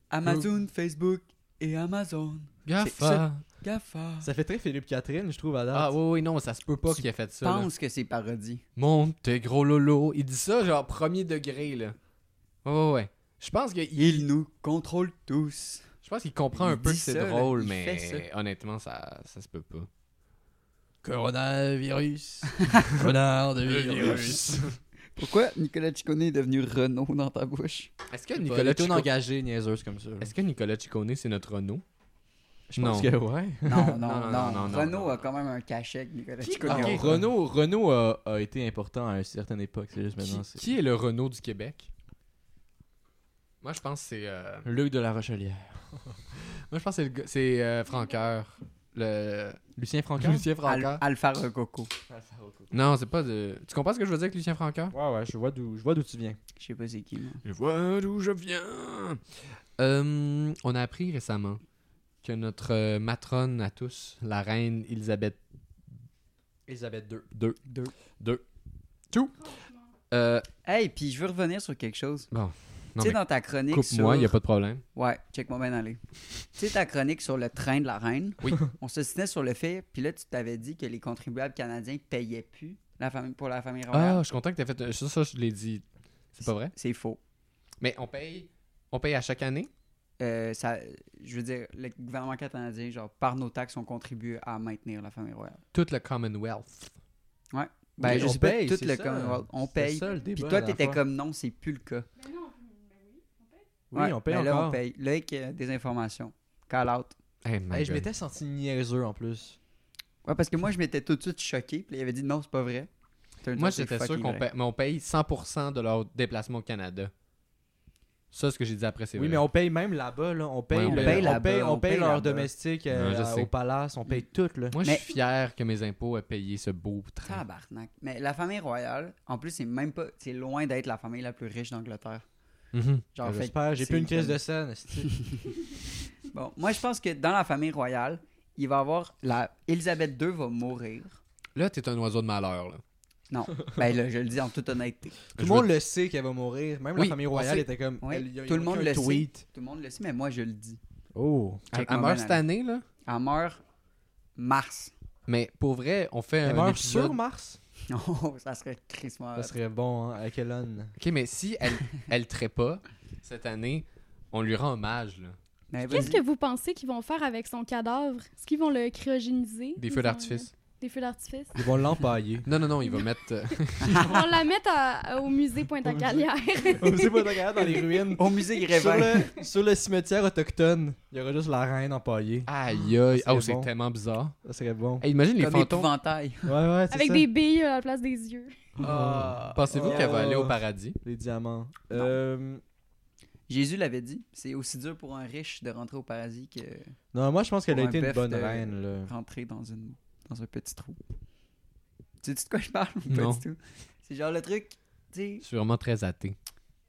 Speaker 4: Amazon, Facebook et Amazon.
Speaker 2: Gaffa.
Speaker 4: hein. GAFA.
Speaker 3: Ça fait très Philippe Catherine, je trouve, à date.
Speaker 2: Ah oui, oui, non, ça se peut pas qu'il ait fait
Speaker 4: Je
Speaker 2: ça. là.
Speaker 4: pense que c'est parodie.
Speaker 2: Mon, t'es gros lolo. Il dit ça genre premier degré là. Ouais, ouais, ouais. Je pense que
Speaker 4: Ils nous contrôlent tous.
Speaker 2: je pense qu'il comprend
Speaker 4: Il
Speaker 2: un peu que
Speaker 4: dit ça,
Speaker 2: c'est
Speaker 4: là,
Speaker 2: drôle,
Speaker 4: il
Speaker 2: mais
Speaker 4: fait
Speaker 2: honnêtement, ça, ça se peut pas.
Speaker 3: Coronavirus. Coronavirus.
Speaker 4: Pourquoi Nicolas Ciccone est devenu Renault dans ta bouche?
Speaker 2: Est-ce que
Speaker 3: Nicolas
Speaker 2: Nicolas
Speaker 3: Tune
Speaker 2: Chicone,
Speaker 3: engagé, niaiseuse comme ça. là.
Speaker 2: est-ce que Nicolas Ciccone, c'est notre Renault
Speaker 3: Je pense
Speaker 2: non.
Speaker 3: que ouais.
Speaker 4: Non,
Speaker 2: Non,
Speaker 4: non,
Speaker 2: non,
Speaker 4: non.
Speaker 2: non, non,
Speaker 4: Renault
Speaker 2: non,
Speaker 4: a
Speaker 2: non.
Speaker 4: quand même un cachet que Nicolas Ciccone
Speaker 2: Ah,
Speaker 4: a.
Speaker 2: ok.
Speaker 3: Renault, Renault a, euh, a été important à une certaine époque. C'est juste
Speaker 2: Qui,
Speaker 3: maintenant. Ben c'est
Speaker 2: qui est le Renault du Québec Moi, je pense que c'est euh,
Speaker 3: Luc de la Rochelière.
Speaker 2: moi je pense que c'est le gars- c'est euh, Franqueur, le
Speaker 3: Lucien Franquin.
Speaker 2: Lucien
Speaker 4: Al-
Speaker 2: Franqueur.
Speaker 4: Alfa Rococo.
Speaker 2: Non, c'est pas de Tu comprends ce que je veux dire avec Lucien Franqueur
Speaker 3: Ouais, ouais, je vois d'où je vois d'où tu viens.
Speaker 4: Je sais pas c'est qui, moi.
Speaker 2: Je vois d'où je viens. Euh, on a appris récemment que notre euh, matrone à tous, la reine Elisabeth
Speaker 3: Elisabeth II.
Speaker 2: II,
Speaker 4: Deux.
Speaker 5: Franchement.
Speaker 2: euh,
Speaker 4: Hey, puis je veux revenir sur quelque chose.
Speaker 2: Bon.
Speaker 4: Tu
Speaker 2: Non,
Speaker 4: sais,
Speaker 2: mais
Speaker 4: dans ta chronique sur...
Speaker 2: coupe-moi, il n'y a pas de problème.
Speaker 4: Ouais, check-moi bien aller. tu sais, ta chronique sur le train de la reine.
Speaker 2: Oui.
Speaker 4: On se tenait sur le fait, puis là, tu t'avais dit que les contribuables canadiens payaient plus la famille, pour la famille royale.
Speaker 2: Ah, je suis content que tu fait un- ça, ça, je l'ai dit. C'est pas vrai
Speaker 4: C'est faux.
Speaker 2: Mais on paye on paye à chaque année
Speaker 4: Euh, ça, je veux dire, le gouvernement canadien, genre, par nos taxes, on contribue à maintenir la famille royale.
Speaker 2: tout le Commonwealth.
Speaker 4: Ouais.
Speaker 3: Ben,
Speaker 4: Oui,
Speaker 3: je
Speaker 4: on
Speaker 3: sais pas,
Speaker 4: paye
Speaker 3: c'est
Speaker 4: tout le
Speaker 3: ça.
Speaker 4: Commonwealth. On
Speaker 3: C'est
Speaker 4: paye.
Speaker 3: ça, le
Speaker 4: Puis
Speaker 3: débat,
Speaker 4: toi,
Speaker 3: la
Speaker 4: t'étais
Speaker 3: fois.
Speaker 4: comme non, c'est plus le cas.
Speaker 5: Mais non, mais oui, on paye.
Speaker 3: Oui,
Speaker 4: Ouais,
Speaker 3: on paye
Speaker 4: ben
Speaker 3: encore.
Speaker 4: Là, on paye. Là, avec euh, des informations. Call out.
Speaker 2: Hey, my
Speaker 3: Hey, je
Speaker 2: God.
Speaker 3: m'étais senti niaiseux en plus.
Speaker 4: Ouais, parce que moi, je m'étais tout de suite choqué. Puis il avait dit non, c'est pas vrai. Turns
Speaker 2: Moi,
Speaker 4: out, c'est
Speaker 2: j'étais sûr
Speaker 4: fucking
Speaker 2: qu'on
Speaker 4: vrai.
Speaker 2: paye, mais on paye 100% de leur déplacement au Canada. Ça, ce que j'ai dit après, c'est
Speaker 3: Oui, mais
Speaker 2: vrai.
Speaker 3: on paye même là-bas. Là. On paye,
Speaker 2: Ouais, on
Speaker 3: le-
Speaker 2: paye
Speaker 4: là-bas,
Speaker 3: on paye, on
Speaker 4: on
Speaker 3: paye
Speaker 4: paye
Speaker 3: leur
Speaker 4: là-bas.
Speaker 3: domestique euh,
Speaker 2: Ouais, je
Speaker 3: euh,
Speaker 2: sais.
Speaker 3: au palace. On paye tout. Là.
Speaker 2: Moi, je
Speaker 4: Mais-
Speaker 2: suis fier que mes impôts aient payé ce beau train.
Speaker 4: Tabarnak. Mais la famille royale, en plus, c'est même pas. C'est loin d'être la famille la plus riche d'Angleterre.
Speaker 2: Mhm.
Speaker 4: Genre, fait que
Speaker 3: Ben, J'espère. J'ai
Speaker 4: c'est
Speaker 3: plus une crise
Speaker 4: comme-
Speaker 3: de scène. esti.
Speaker 4: Bon, moi, je pense que dans la famille royale, il va y avoir. La... Elisabeth II va mourir.
Speaker 2: Là, t'es un oiseau de malheur. Là.
Speaker 4: Non. ben là, je le dis en toute honnêteté.
Speaker 3: Tout
Speaker 2: Je
Speaker 3: le
Speaker 2: veux-
Speaker 3: monde le sait qu'elle va mourir. Même
Speaker 2: Oui,
Speaker 3: la famille
Speaker 2: on
Speaker 3: royale
Speaker 2: sait.
Speaker 3: était comme.
Speaker 4: Oui,
Speaker 3: elle- il y a-
Speaker 4: tout
Speaker 3: il y a
Speaker 4: le monde
Speaker 3: aucun
Speaker 4: le
Speaker 3: tweet.
Speaker 4: Tout le monde le sait, mais moi, je le dis.
Speaker 3: Oh.
Speaker 2: Elle,
Speaker 4: Check
Speaker 2: elle
Speaker 4: my
Speaker 2: meurt
Speaker 4: man,
Speaker 2: cette
Speaker 4: Alex.
Speaker 2: année, là.
Speaker 4: Elle meurt mars.
Speaker 2: Mais pour vrai, on fait
Speaker 3: Elle
Speaker 2: un
Speaker 3: meurt
Speaker 2: épisode...
Speaker 3: sur Mars
Speaker 4: Oh, ça serait crissement.
Speaker 3: Ça serait bon, hein, à quelle onne
Speaker 2: OK, mais si elle elle traite pas cette année, on lui rend hommage, là.
Speaker 4: Mais
Speaker 5: Qu'est-ce
Speaker 4: vas-y.
Speaker 5: que vous pensez qu'ils vont faire avec son cadavre? Est-ce qu'ils vont le cryogéniser?
Speaker 2: Des
Speaker 5: Ils
Speaker 2: feux
Speaker 5: vont-
Speaker 2: d'artifice.
Speaker 5: Des feux d'artifice.
Speaker 3: Ils vont l'empailler.
Speaker 2: Non, non, non, il va mettre... euh,
Speaker 5: On la met à- au musée Pointe-à-Calière.
Speaker 3: On sait pas de regarder dans les ruines.
Speaker 4: Au musée
Speaker 3: sur,
Speaker 4: Grévin.
Speaker 3: le, sur le cimetière autochtone, il y aura juste la reine empaillée.
Speaker 2: Aïe, aïe.
Speaker 3: Ça serait
Speaker 2: Oh, c'est
Speaker 3: bon.
Speaker 2: tellement bizarre.
Speaker 3: Ça serait bon.
Speaker 2: Hey, imagine les
Speaker 4: Comme
Speaker 2: fantômes.
Speaker 4: épouvantail.
Speaker 3: Ouais, ouais, c'est
Speaker 5: Avec
Speaker 3: ça.
Speaker 5: des billes à la place des yeux.
Speaker 4: Ah.
Speaker 2: Pensez-vous qu'elle va
Speaker 3: Oh.
Speaker 2: aller au paradis?
Speaker 3: Les diamants. Euh,
Speaker 4: Jésus l'avait dit. C'est aussi dur pour un riche de rentrer au paradis que
Speaker 3: non, moi je pense qu'elle a
Speaker 4: Pour un
Speaker 3: été une
Speaker 4: bœuf
Speaker 3: bonne
Speaker 4: de-
Speaker 3: reine. Là. Ben,
Speaker 4: rentrer dans, une... dans un petit trou. Tu sais de quoi je parle ou
Speaker 2: Non.
Speaker 4: pas du tout? C'est genre le truc, tu sais.
Speaker 2: Je suis vraiment très athée.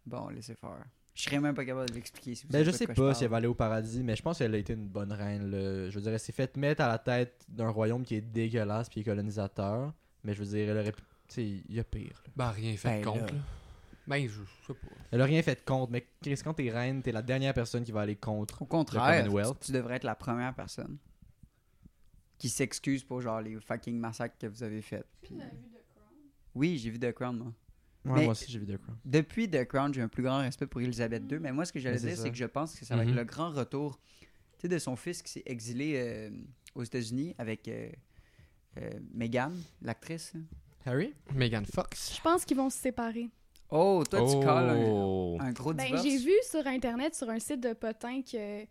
Speaker 4: Bon, laissez faire. Je serais même pas capable de l'expliquer. Si vous
Speaker 3: Ben, je
Speaker 4: savez
Speaker 3: sais
Speaker 4: de quoi
Speaker 3: pas si elle
Speaker 4: parle.
Speaker 3: va aller au paradis, mais je pense qu'elle a été une bonne reine. là. Je veux dire, elle s'est faite mettre à la tête d'un royaume qui est dégueulasse puis qui est colonisateur. Mais je veux dire, elle aurait. pu- Tu sais, il y a pire. là.
Speaker 2: Ben, rien fait de
Speaker 4: Ben,
Speaker 2: compte,
Speaker 4: là.
Speaker 2: là. Ben, je je sais pas.
Speaker 3: Elle a rien fait de contre, mais Chris, quand t'es reine, t'es la dernière personne qui va aller contre.
Speaker 4: Au
Speaker 3: Le
Speaker 4: contraire,
Speaker 3: Commonwealth.
Speaker 4: tu, tu devrais être la première personne qui s'excuse pour genre les fucking massacres que vous avez faits. Puis- Oui, j'ai vu The Crown, moi.
Speaker 3: Ouais,
Speaker 4: Mais-
Speaker 3: Moi aussi, j'ai vu The Crown.
Speaker 4: Depuis The Crown, j'ai un plus grand respect pour Elizabeth II, mais moi, ce que j'allais
Speaker 3: Mais c'est
Speaker 4: dire,
Speaker 3: ça.
Speaker 4: c'est que je pense que ça va
Speaker 2: Mhm.
Speaker 4: être le grand retour tu sais, de son fils qui s'est exilé euh, aux États-Unis avec euh, euh, Meghan, l'actrice. hein.
Speaker 3: Harry
Speaker 2: Megan Fox.
Speaker 5: Je pense qu'ils vont se séparer.
Speaker 4: Oh, toi, tu colles un,
Speaker 2: Oh.
Speaker 4: un gros
Speaker 5: Ben,
Speaker 4: divorce.
Speaker 5: j'ai vu sur Internet, sur un site de Potin, que,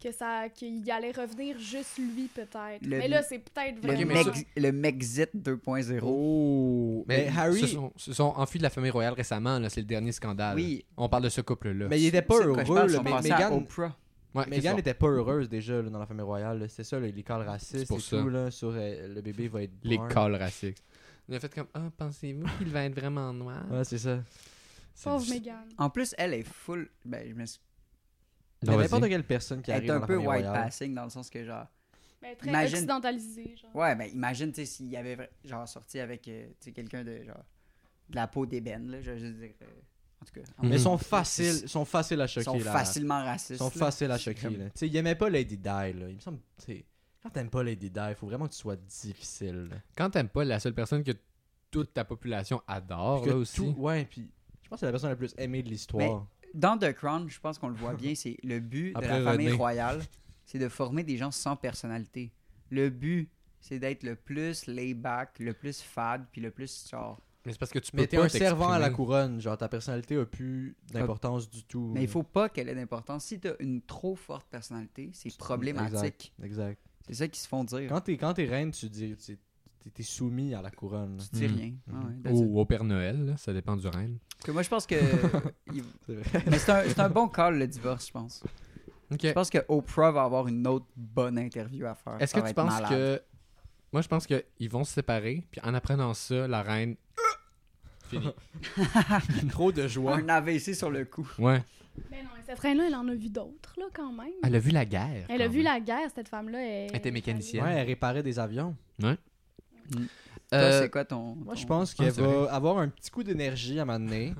Speaker 5: que ça, qu'il allait revenir juste lui, peut-être.
Speaker 4: Le-
Speaker 5: Mais là, c'est peut-être
Speaker 4: Le,
Speaker 5: vraiment...
Speaker 2: mais ça-
Speaker 4: Mex- le Mexit 2.0.
Speaker 3: Oh!
Speaker 2: Ils
Speaker 3: Mais,
Speaker 2: se
Speaker 3: Harry,
Speaker 2: sont, se sont enfuis de la famille royale récemment, là. C'est le dernier scandale.
Speaker 4: Oui,
Speaker 2: On parle de ce couple-là.
Speaker 3: mais Ben, il était pas
Speaker 4: c'est de quoi je
Speaker 3: heureux.
Speaker 4: parle, ils
Speaker 3: là,
Speaker 4: sont
Speaker 3: mais
Speaker 4: passés à
Speaker 3: Meghan,
Speaker 4: Oprah.
Speaker 2: Ouais, c'est
Speaker 3: Meghan
Speaker 2: ça.
Speaker 3: était pas heureuse déjà là, dans la famille royale. là. C'est ça, les, les calls
Speaker 2: C'est
Speaker 3: racistes
Speaker 2: pour
Speaker 3: et
Speaker 2: ça.
Speaker 3: tout. Là, sur euh, le bébé va être
Speaker 2: Les
Speaker 3: brun.
Speaker 2: calls racistes. Il a fait comme, ah, pensez-vous qu'il va être vraiment noir?
Speaker 3: Ouais, c'est ça.
Speaker 2: C'est
Speaker 5: Pauvre
Speaker 2: difficile.
Speaker 5: Meghan.
Speaker 4: En plus, elle est full. Ben, je m'excuse.
Speaker 3: Mais
Speaker 2: Non,
Speaker 3: n'importe
Speaker 2: vas-y.
Speaker 3: quelle personne qui
Speaker 4: Elle
Speaker 3: arrive
Speaker 4: est un
Speaker 3: dans
Speaker 4: peu
Speaker 3: la famille
Speaker 4: white
Speaker 3: royale.
Speaker 4: passing dans le sens que, genre.
Speaker 5: Ben, très
Speaker 4: Imagine-
Speaker 5: occidentalisé, genre.
Speaker 4: Ouais, ben imagine, tu sais, s'il y avait vra- genre sorti avec euh, tu sais, quelqu'un de genre de la peau d'ébène, là, je veux juste dire. euh, en tout cas, en-
Speaker 2: Mhm.
Speaker 3: Mais sont faciles, Mm-hmm. sont faciles à
Speaker 4: ils
Speaker 3: choquer.
Speaker 4: sont
Speaker 3: là.
Speaker 4: facilement racistes.
Speaker 3: sont
Speaker 4: là.
Speaker 3: faciles à choquer.
Speaker 4: comme-
Speaker 3: là. Tu sais, il aimait pas Lady Di. Là. Il me semble. tu sais, Quand t'aimes pas Lady Di, faut vraiment que tu sois difficile. là.
Speaker 2: Quand t'aimes pas la seule personne que toute ta population adore,
Speaker 3: Puis que
Speaker 2: là aussi.
Speaker 3: tout- Ouais, puis je pense que c'est la personne la plus aimée de l'histoire.
Speaker 4: Dans The Crown, je pense qu'on le voit bien, c'est le but de
Speaker 3: Après
Speaker 4: la famille
Speaker 3: René.
Speaker 4: royale, c'est de former des gens sans personnalité. Le but, c'est d'être le plus laid-back, le plus fade, puis le plus genre.
Speaker 2: Mais c'est parce que tu peux
Speaker 3: Mais t'es
Speaker 2: pas
Speaker 3: un servant à la
Speaker 2: t'exprimer.
Speaker 3: couronne. Genre, ta personnalité a plus d'importance du tout.
Speaker 4: Mais il faut pas qu'elle ait d'importance. Si t'as une trop forte personnalité, c'est problématique.
Speaker 3: Exact.
Speaker 4: C'est ça qu'ils se font dire.
Speaker 3: Quand t'es, quand t'es reine, tu dis, tu- t'es, t'es soumis à la couronne. là.
Speaker 4: Tu dis
Speaker 2: Mhm.
Speaker 4: rien. Ah ouais, that's
Speaker 3: Oh.
Speaker 4: it.
Speaker 2: Ou au Père Noël, là, ça dépend du règne.
Speaker 4: Parce que moi, je pense que. il-
Speaker 3: C'est vrai.
Speaker 4: Mais c'est un, c'est un bon call, le divorce, je pense.
Speaker 2: Ok.
Speaker 4: Je pense que Oprah va avoir une autre bonne interview à faire.
Speaker 2: Est-ce
Speaker 4: Ça
Speaker 2: que
Speaker 4: va
Speaker 2: tu
Speaker 4: être
Speaker 2: penses
Speaker 4: malade.
Speaker 2: que. Moi, je pense qu'ils vont se séparer, puis en apprenant ça, la reine. Fini.
Speaker 3: Trop de joie.
Speaker 4: Un AVC sur le cou.
Speaker 2: Ouais.
Speaker 5: Ben non, cette reine-là, elle en a vu d'autres, là, quand même.
Speaker 2: Elle a vu la guerre.
Speaker 5: Elle a
Speaker 2: quand
Speaker 5: vu
Speaker 2: même.
Speaker 5: la guerre, cette femme-là. Elle,
Speaker 2: Elle était mécanicienne.
Speaker 3: Ouais, elle réparait des avions.
Speaker 4: Toi,
Speaker 2: Euh,
Speaker 4: c'est quoi ton.
Speaker 3: Moi, je
Speaker 4: ton-
Speaker 3: pense qu'elle
Speaker 2: c'est
Speaker 3: va avoir un petit coup d'énergie à un moment donné.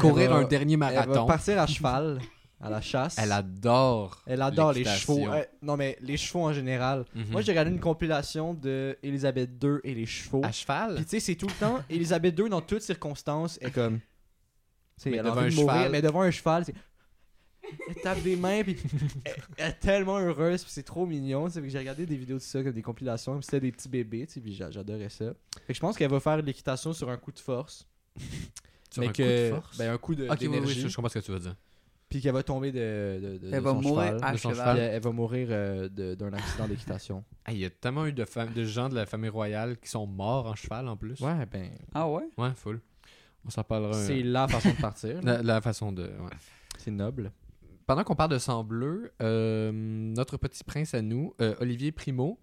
Speaker 2: courir
Speaker 3: Elle va-
Speaker 2: un dernier
Speaker 3: Elle va
Speaker 2: marathon.
Speaker 3: partir à cheval, à la chasse.
Speaker 2: Elle adore.
Speaker 3: Elle adore les chevaux.
Speaker 2: l'équitation.
Speaker 3: Euh, non, mais les chevaux en général.
Speaker 2: Mhm.
Speaker 3: Moi, j'ai regardé une compilation de Elisabeth II et les chevaux.
Speaker 2: À cheval
Speaker 3: Puis tu sais, c'est tout le temps, Elisabeth II, dans toutes circonstances, est comme. tu sais,
Speaker 2: Mais
Speaker 3: elle a
Speaker 2: devant
Speaker 3: envie
Speaker 2: un
Speaker 3: de mourir,
Speaker 2: cheval.
Speaker 3: mais devant un cheval, c'est. Elle tape des mains, puis elle, elle est tellement heureuse, puis c'est trop mignon. C'est que j'ai regardé des vidéos de ça, comme des compilations, puis c'était des petits bébés, tu sais, puis j'a- j'adorais ça. Fait que je pense qu'elle va faire de l'équitation sur un coup de force.
Speaker 2: Sur
Speaker 3: mais
Speaker 2: un coup
Speaker 3: que,
Speaker 2: de force?
Speaker 3: Ben, un coup de-
Speaker 2: ok, oui, oui,
Speaker 3: d'énergie,
Speaker 2: je, je comprends ce que tu veux dire.
Speaker 3: puis qu'elle va tomber de, de, de- de
Speaker 4: Elle va
Speaker 3: son
Speaker 4: mourir
Speaker 3: cheval.
Speaker 4: à
Speaker 2: de son
Speaker 3: Puis
Speaker 4: cheval.
Speaker 3: elle, elle va mourir euh, de- d'un accident d'équitation.
Speaker 2: Ah, Il y a tellement eu de, fam- de gens de la famille royale qui sont morts en cheval en plus.
Speaker 3: Ouais, ben,
Speaker 4: Ah ouais?
Speaker 2: Ouais, full. On s'en parlera. un-
Speaker 3: c'est la façon de partir. là.
Speaker 2: La, la façon de. ouais.
Speaker 3: C'est noble.
Speaker 2: Pendant qu'on parle de sang bleu, euh, notre petit prince à nous, euh, Olivier Primo,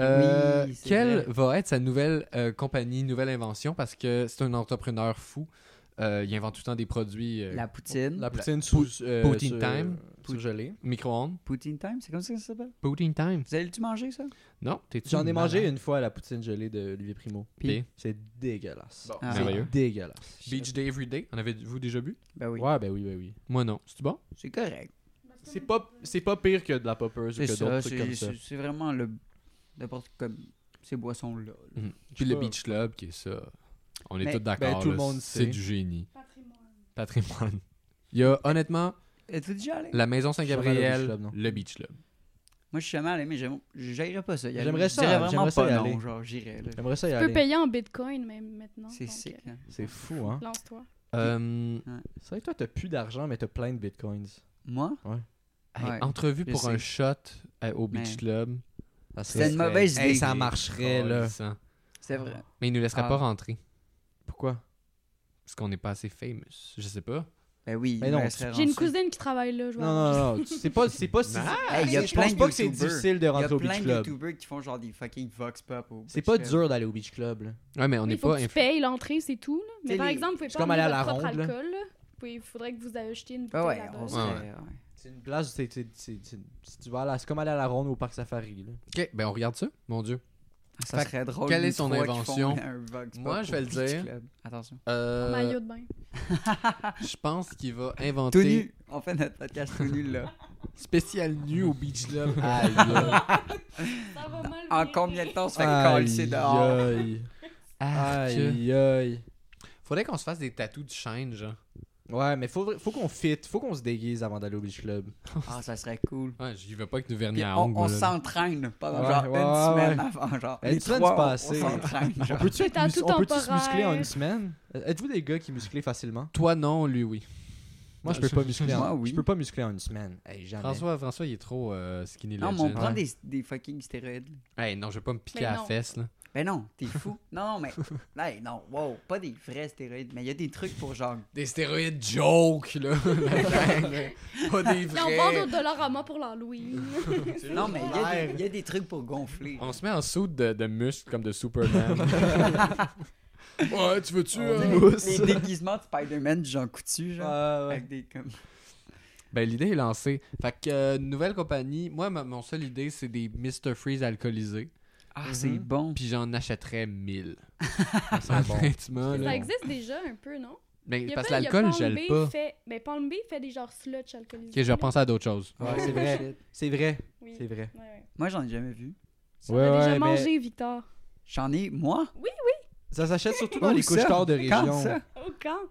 Speaker 2: euh,
Speaker 4: Oui, c'est
Speaker 2: quelle
Speaker 4: vrai.
Speaker 2: va être sa nouvelle euh, compagnie, nouvelle invention Parce que c'est un entrepreneur fou. Euh, il invente tout le temps des produits euh,
Speaker 4: La poutine.
Speaker 3: La poutine sous... euh,
Speaker 2: Poutine
Speaker 3: sur- euh,
Speaker 2: time.
Speaker 3: surgelée.
Speaker 2: micro-ondes.
Speaker 4: Poutine time, c'est comme ça que ça s'appelle?
Speaker 2: Poutine time.
Speaker 4: Vous allez-tu manger ça?
Speaker 2: Non, t'es
Speaker 3: J'en ai mangé une fois la poutine gelée de Olivier Primo.
Speaker 2: Puis?
Speaker 3: c'est dégueulasse.
Speaker 4: Ah.
Speaker 2: merveilleux.
Speaker 3: c'est dégueulasse.
Speaker 2: Beach Day Everyday. En avez-vous déjà bu
Speaker 4: Ben oui.
Speaker 3: Ouais, ben oui, ben oui.
Speaker 2: Moi non. C'est bon
Speaker 4: C'est correct.
Speaker 3: C'est pas, c'est pas pire que de la poppers ou
Speaker 4: C'est
Speaker 3: que
Speaker 4: ça,
Speaker 3: d'autres trucs
Speaker 4: c'est
Speaker 3: comme ça.
Speaker 4: c'est- c'est vraiment le n'importe comme ces boissons-là. là.
Speaker 2: Puis le
Speaker 3: pas.
Speaker 2: Beach Club qui est ça. On est
Speaker 4: Mais-
Speaker 2: tous d'accord.
Speaker 3: Ben, tout le
Speaker 2: là,
Speaker 3: monde
Speaker 2: C'est
Speaker 3: sait.
Speaker 2: du génie.
Speaker 5: Patrimoine.
Speaker 2: Patrimoine. Il y a honnêtement
Speaker 4: Êtes-vous déjà allé?
Speaker 2: la maison
Speaker 3: Jamais allé au Beach
Speaker 2: Saint-Gabriel,
Speaker 3: Club, non.
Speaker 2: le Beach Club.
Speaker 4: Moi, je suis jamais allé, mais j'aime- j'aimerais pas ça. y aller.
Speaker 3: J'aimerais ça,
Speaker 4: Je dirais
Speaker 3: j'aimerais
Speaker 4: vraiment
Speaker 3: ça y
Speaker 4: pas
Speaker 3: aller.
Speaker 4: non, genre, j'irais. là.
Speaker 3: J'aimerais ça y
Speaker 5: Tu peux
Speaker 3: aller.
Speaker 5: payer en bitcoin même maintenant.
Speaker 4: C'est
Speaker 5: donc,
Speaker 4: sick.
Speaker 5: euh,
Speaker 4: hein.
Speaker 3: C'est fou, hein.
Speaker 5: Lance-toi.
Speaker 2: Euh,
Speaker 3: C'est vrai que toi, t'as plus d'argent, mais t'as plein de bitcoins.
Speaker 4: Moi?
Speaker 2: hey,
Speaker 4: Ouais,
Speaker 2: entrevue
Speaker 4: je
Speaker 2: pour un shot
Speaker 4: sais.
Speaker 2: euh, au Beach
Speaker 4: Mais-
Speaker 2: Club.
Speaker 3: Ça
Speaker 4: C'était
Speaker 3: serait-
Speaker 4: une mauvaise
Speaker 3: Hey,
Speaker 4: idée.
Speaker 3: ça marcherait, là.
Speaker 2: Colissant.
Speaker 4: C'est vrai.
Speaker 2: Mais il nous laisserait
Speaker 3: Ah.
Speaker 2: pas rentrer
Speaker 3: Pourquoi
Speaker 2: parce qu'on n'est pas assez famous. Je sais pas.
Speaker 4: Ben oui,
Speaker 3: Mais non,
Speaker 4: il
Speaker 3: tu-
Speaker 5: J'ai une cousine qui travaille là, je
Speaker 3: Non,
Speaker 5: vois.
Speaker 3: non, non. tu- C'est pas, c'est pas si.
Speaker 4: Hey, y a
Speaker 3: je
Speaker 4: plein
Speaker 3: pense
Speaker 4: de
Speaker 3: pas que c'est
Speaker 4: YouTubers.
Speaker 3: difficile de
Speaker 4: Il y a
Speaker 3: rentrer au
Speaker 4: plein
Speaker 3: Beach
Speaker 4: de
Speaker 3: Club.
Speaker 4: youtubers qui font genre des fucking vox pop. au
Speaker 3: C'est
Speaker 4: Beach
Speaker 3: pas
Speaker 4: Club.
Speaker 3: dur d'aller au Beach Club. là.
Speaker 2: Ouais, mais on n'est
Speaker 5: Il faut
Speaker 2: pas
Speaker 5: que tu
Speaker 2: inf-
Speaker 5: payes l'entrée, c'est tout. là. Mais
Speaker 4: T'sais,
Speaker 5: par
Speaker 4: les-
Speaker 5: exemple, vous pouvez
Speaker 3: c'est
Speaker 5: pas
Speaker 3: comme
Speaker 5: amener
Speaker 3: aller à la
Speaker 5: votre propre
Speaker 3: ronde, là.
Speaker 5: alcool. là. Puis il faudrait que vous achetiez une
Speaker 4: Ah
Speaker 5: bouteille
Speaker 4: ouais,
Speaker 5: là-bas.
Speaker 4: on
Speaker 2: ouais.
Speaker 4: serait- ouais.
Speaker 3: C'est une place, c'est, c'est, c'est- c'est- si tu vas à la- c'est comme aller à la ronde au parc safari. Là.
Speaker 2: Ok, ben on regarde ça. Mon Dieu.
Speaker 4: Ça
Speaker 2: Fait
Speaker 4: serait drôle.
Speaker 2: quelle
Speaker 4: les
Speaker 2: est son
Speaker 4: trois qui font
Speaker 2: invention?
Speaker 4: un vox
Speaker 2: Moi,
Speaker 4: pop
Speaker 2: je vais
Speaker 4: au
Speaker 2: le
Speaker 4: Beach
Speaker 2: dire.
Speaker 4: Club. Attention.
Speaker 5: En
Speaker 2: Euh,
Speaker 5: maillot de bain.
Speaker 2: je pense qu'il va
Speaker 4: Tout
Speaker 2: inventer
Speaker 4: nu. On fait notre podcast tout nu, là.
Speaker 2: spécial nu au Beach Club.
Speaker 5: Ça va mal
Speaker 4: En
Speaker 5: virer.
Speaker 4: combien de temps on se fait
Speaker 3: Aïe,
Speaker 4: coller dehors?
Speaker 3: aïe,
Speaker 2: Arc.
Speaker 3: aïe, aïe.
Speaker 2: Faudrait qu'on se fasse des tatous de chaîne, genre.
Speaker 3: Ouais, mais faut, faut qu'on fit, faut qu'on se déguise avant d'aller au beach club.
Speaker 4: Ah, ça serait cool.
Speaker 2: Ouais, j'y vais pas avec nous vernis
Speaker 4: Puis
Speaker 2: à
Speaker 4: on
Speaker 2: ongles.
Speaker 4: on
Speaker 2: là.
Speaker 4: s'entraîne pendant
Speaker 3: Ouais,
Speaker 4: genre
Speaker 3: ouais,
Speaker 4: une
Speaker 3: ouais.
Speaker 4: semaine avant. Genre,
Speaker 3: Une
Speaker 4: les
Speaker 3: semaine,
Speaker 4: trois,
Speaker 3: c'est pas
Speaker 4: on-
Speaker 3: assez.
Speaker 4: On s'entraîne.
Speaker 3: On
Speaker 4: genre.
Speaker 3: peut-tu être
Speaker 5: Des
Speaker 3: mus-
Speaker 5: tatous
Speaker 3: on peut-tu se
Speaker 5: temporaires.
Speaker 3: muscler en une semaine Euh, Êtes-vous des gars qui musclez facilement Euh,
Speaker 2: Toi non, lui oui.
Speaker 3: Moi, je peux pas muscler. En...
Speaker 4: Moi, oui.
Speaker 3: Je peux pas muscler en une semaine. Hey, jamais.
Speaker 2: François, François, il est trop euh, skinny
Speaker 4: Ah, ben. Non, mais
Speaker 2: legend.
Speaker 4: on
Speaker 3: Ouais.
Speaker 4: prend des, des fucking stéroïdes.
Speaker 2: Hey, non, je vais pas me piquer
Speaker 5: Mais
Speaker 2: à la
Speaker 5: non.
Speaker 2: fesse, là.
Speaker 4: Ben non, t'es fou. non, non, mais. Hey, non, wow, pas des vrais stéroïdes, mais il y a des trucs pour genre.
Speaker 2: Des stéroïdes joke, là. pas des
Speaker 5: Puis on vend au Dollarama pour l'Halloween.
Speaker 4: Non, mais il y a des- il y, a des trucs pour gonfler.
Speaker 2: On se met en saut de, de muscles comme de Superman. ouais, tu veux-tu... euh?
Speaker 4: Les déguisements de Spider-Man du Jean Coutu, genre.
Speaker 3: Ouais, ouais.
Speaker 4: Avec des comme.
Speaker 2: Ben, l'idée est lancée. Fait que, euh, nouvelle compagnie, moi, ma- mon seule idée, c'est des Mr. Freeze alcoolisés.
Speaker 4: Ah,
Speaker 3: Mm-hmm.
Speaker 4: c'est bon.
Speaker 2: Puis j'en achèterais 1000.
Speaker 3: Ah, c'est bon.
Speaker 2: Honnêtement,
Speaker 5: Ça
Speaker 2: là.
Speaker 5: existe déjà un peu, non?
Speaker 2: Ben,
Speaker 5: Il y a
Speaker 2: parce que
Speaker 5: pas- il y a
Speaker 2: l'alcool,
Speaker 5: Palm
Speaker 2: gèle
Speaker 5: Bay
Speaker 2: pas.
Speaker 5: Fait... Ben, Palm Bay fait des genres sludge alcoolisés.
Speaker 2: Ok, je vais repenser à d'autres choses.
Speaker 3: Ouais, c'est vrai. C'est vrai.
Speaker 5: Oui.
Speaker 3: C'est vrai.
Speaker 5: Ouais, ouais.
Speaker 4: oh, Moi, j'en ai jamais vu.
Speaker 5: Tu en
Speaker 3: Ouais,
Speaker 5: as déjà
Speaker 3: ouais, mais-
Speaker 5: mangé, Victor.
Speaker 4: J'en ai, moi?
Speaker 3: Ça s'achète surtout dans
Speaker 4: Où
Speaker 3: les
Speaker 4: ça?
Speaker 3: couche-tards de région.
Speaker 4: Quand ça?
Speaker 5: Au camp.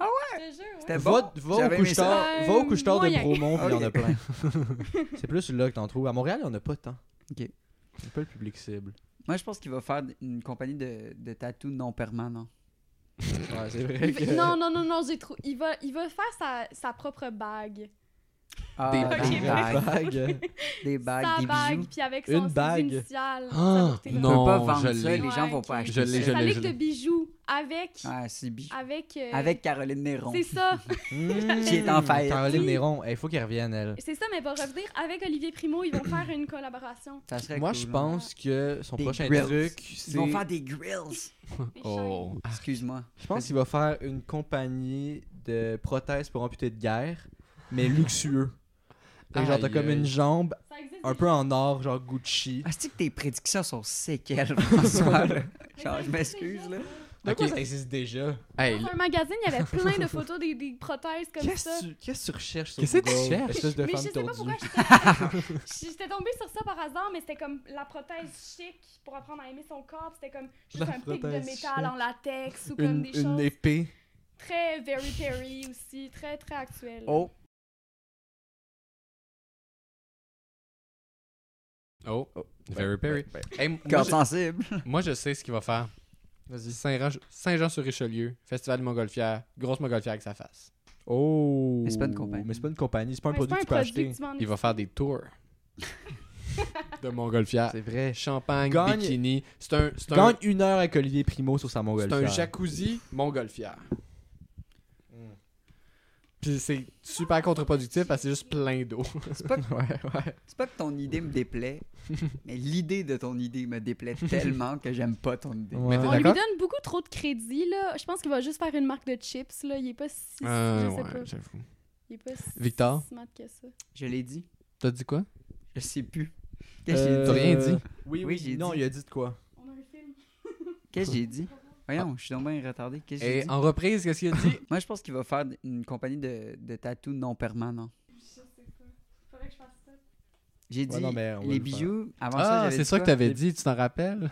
Speaker 4: Ah
Speaker 5: ouais? Je te jure.
Speaker 4: C'était
Speaker 3: Va,
Speaker 4: bon.
Speaker 3: va au
Speaker 4: J'avais aimé ça.
Speaker 3: couche-tard
Speaker 5: ça.
Speaker 3: va au couche-tard de
Speaker 5: Moyen.
Speaker 3: Bromont, puis il y en a
Speaker 4: Ok.
Speaker 3: plein. c'est plus là que t'en trouves. À Montréal, il y en a pas tant.
Speaker 4: Ok.
Speaker 3: C'est pas le public cible.
Speaker 4: Moi, je pense qu'il va faire une compagnie de, de tatous non permanents.
Speaker 3: Ouais, c'est vrai
Speaker 5: Il
Speaker 3: que...
Speaker 5: va- Non, non, non, non, j'ai trop. Il va, il va faire sa, sa propre bague.
Speaker 4: Ah,
Speaker 2: Des
Speaker 5: Ok,
Speaker 4: des
Speaker 5: bagues.
Speaker 4: bagues,
Speaker 3: Vague.
Speaker 4: des bagues,
Speaker 5: sa
Speaker 4: des
Speaker 5: bagues,
Speaker 4: bijoux.
Speaker 5: puis avec
Speaker 3: Une
Speaker 5: son, ses
Speaker 3: bague.
Speaker 5: initiales.
Speaker 2: Ah,
Speaker 5: Ça coûtait
Speaker 4: Tu
Speaker 2: non,
Speaker 4: peux pas
Speaker 2: je
Speaker 4: vendre ça,
Speaker 2: l'ai.
Speaker 4: les gens vont pas
Speaker 5: Ouais,
Speaker 4: acheter
Speaker 2: Je l'ai,
Speaker 4: ça.
Speaker 2: je
Speaker 5: Sa
Speaker 2: l'ai,
Speaker 5: ligue
Speaker 2: je
Speaker 5: de
Speaker 2: l'ai.
Speaker 5: bijoux avec.
Speaker 4: Ah, c'est bi-
Speaker 5: Avec. euh,
Speaker 4: Avec Caroline Néron.
Speaker 5: C'est ça.
Speaker 4: Qui est en faillite.
Speaker 3: Hmm. Caroline Néron, il faut qu'elle revienne, elle.
Speaker 5: C'est ça, mais elle va revenir avec Olivier Primo. Ils vont faire une collaboration.
Speaker 4: Ça serait
Speaker 3: Moi,
Speaker 4: cool,
Speaker 3: je
Speaker 4: hein.
Speaker 3: pense que son
Speaker 4: Des
Speaker 3: prochain
Speaker 4: grills.
Speaker 3: truc, c'est...
Speaker 4: Ils vont faire des grills.
Speaker 5: Des
Speaker 2: Oh.
Speaker 4: Excuse-moi.
Speaker 3: Je pense qu'il va faire une compagnie de prothèses pour amputés de guerre, mais luxueux. Fait que genre, t'as
Speaker 2: Aïe,
Speaker 3: comme
Speaker 2: aïe.
Speaker 3: une jambe
Speaker 5: chaînes. Ça existe.
Speaker 3: un peu en or, genre Gucci.
Speaker 4: Ah, c'est que tes prédictions sont séquelles, François. là.
Speaker 5: Mais
Speaker 4: Genre,
Speaker 5: ça
Speaker 4: je m'excuse, là.
Speaker 3: De quoi
Speaker 2: Ok.
Speaker 3: ça existe déjà?
Speaker 2: Hey,
Speaker 5: Dans un magazine, il y avait plein de photos des, des prothèses comme ça.
Speaker 3: Qu'est-ce que tu- qu'est-ce que tu recherches sur
Speaker 2: Qu'est-ce que tu
Speaker 3: Google,
Speaker 2: cherches?
Speaker 3: Espèce de
Speaker 5: mais je
Speaker 3: femme
Speaker 5: sais pas
Speaker 3: tordue.
Speaker 5: pourquoi j'étais- j'étais tombée sur ça par hasard, mais c'était comme la prothèse chic pour apprendre à aimer son corps. puis C'était comme juste
Speaker 3: La
Speaker 5: un pic de
Speaker 3: prothèse
Speaker 5: métal
Speaker 3: chic.
Speaker 5: en latex ou comme
Speaker 3: Une,
Speaker 5: des
Speaker 3: une
Speaker 5: choses
Speaker 3: épée.
Speaker 5: très very Perry aussi, très très actuelles.
Speaker 4: Oh,
Speaker 2: Oh,
Speaker 4: Oh,
Speaker 2: Very Perry.
Speaker 4: ben,
Speaker 2: Hey, moi,
Speaker 4: Corde
Speaker 2: je-
Speaker 4: sensible.
Speaker 2: moi, je sais ce qu'il va faire. Saint-Jean- Saint-Jean-sur-Richelieu, Festival de Montgolfière, grosse Montgolfière avec sa face.
Speaker 3: Oh.
Speaker 4: Mais c'est pas une compagnie.
Speaker 3: Mais c'est pas une compagnie, c'est pas un
Speaker 5: Ouais,
Speaker 3: produit que
Speaker 5: c'est
Speaker 3: tu peux
Speaker 5: pas un produit
Speaker 3: acheter.
Speaker 5: que tu vends.
Speaker 2: Il va faire des tours de Montgolfière.
Speaker 3: C'est vrai.
Speaker 2: Champagne,
Speaker 3: Gagne-
Speaker 2: bikini. C'est un, c'est un,
Speaker 3: Ah. Gagne une heure avec Olivier Primo sur sa Ah.
Speaker 2: c'est
Speaker 3: montgolfière.
Speaker 2: un jacuzzi Montgolfière.
Speaker 3: Hmm.
Speaker 2: Puis c'est super contre-productif parce que c'est juste plein d'eau.
Speaker 4: C'est pas,
Speaker 3: Ouais, ouais.
Speaker 4: c'est pas que ton idée me déplaît, mais l'idée de ton idée me déplaît tellement que j'aime pas ton idée.
Speaker 3: Ouais.
Speaker 2: t'es
Speaker 5: On
Speaker 2: d'accord?
Speaker 5: lui donne beaucoup trop de crédit, là. Je pense qu'il va juste faire une marque de chips, là. Il est pas si... je sais pas.
Speaker 2: Ah, j'avoue.
Speaker 5: Il est pas si
Speaker 2: Euh, Victor?
Speaker 5: smart que ça.
Speaker 4: Je l'ai dit.
Speaker 2: T'as dit quoi?
Speaker 4: Je sais plus. Qu'est-ce que j'ai
Speaker 3: Euh,
Speaker 4: dit?
Speaker 2: T'as rien dit?
Speaker 3: Oui,
Speaker 4: Oui,
Speaker 3: oui,
Speaker 4: j'ai
Speaker 3: non,
Speaker 4: dit.
Speaker 3: il a dit de quoi
Speaker 5: On a un film.
Speaker 4: Qu'est-ce que j'ai dit? Voyons, je suis donc bien retardé. Qu'est-ce que j'ai
Speaker 2: Et
Speaker 4: dit?
Speaker 2: en reprise, qu'est-ce qu'il a dit?
Speaker 4: Moi, je pense qu'il va faire une compagnie de, de tatou non permanent.
Speaker 5: Je sais pas. Faudrait que je fasse ça.
Speaker 4: J'ai
Speaker 3: Ouais,
Speaker 4: dit
Speaker 3: non, mais on va
Speaker 4: les
Speaker 3: le faire.
Speaker 4: bijoux. Avant ça,
Speaker 2: Ah,
Speaker 4: j'avais
Speaker 2: c'est
Speaker 4: dit
Speaker 2: ça que
Speaker 4: quoi?
Speaker 2: t'avais dit, tu t'en rappelles?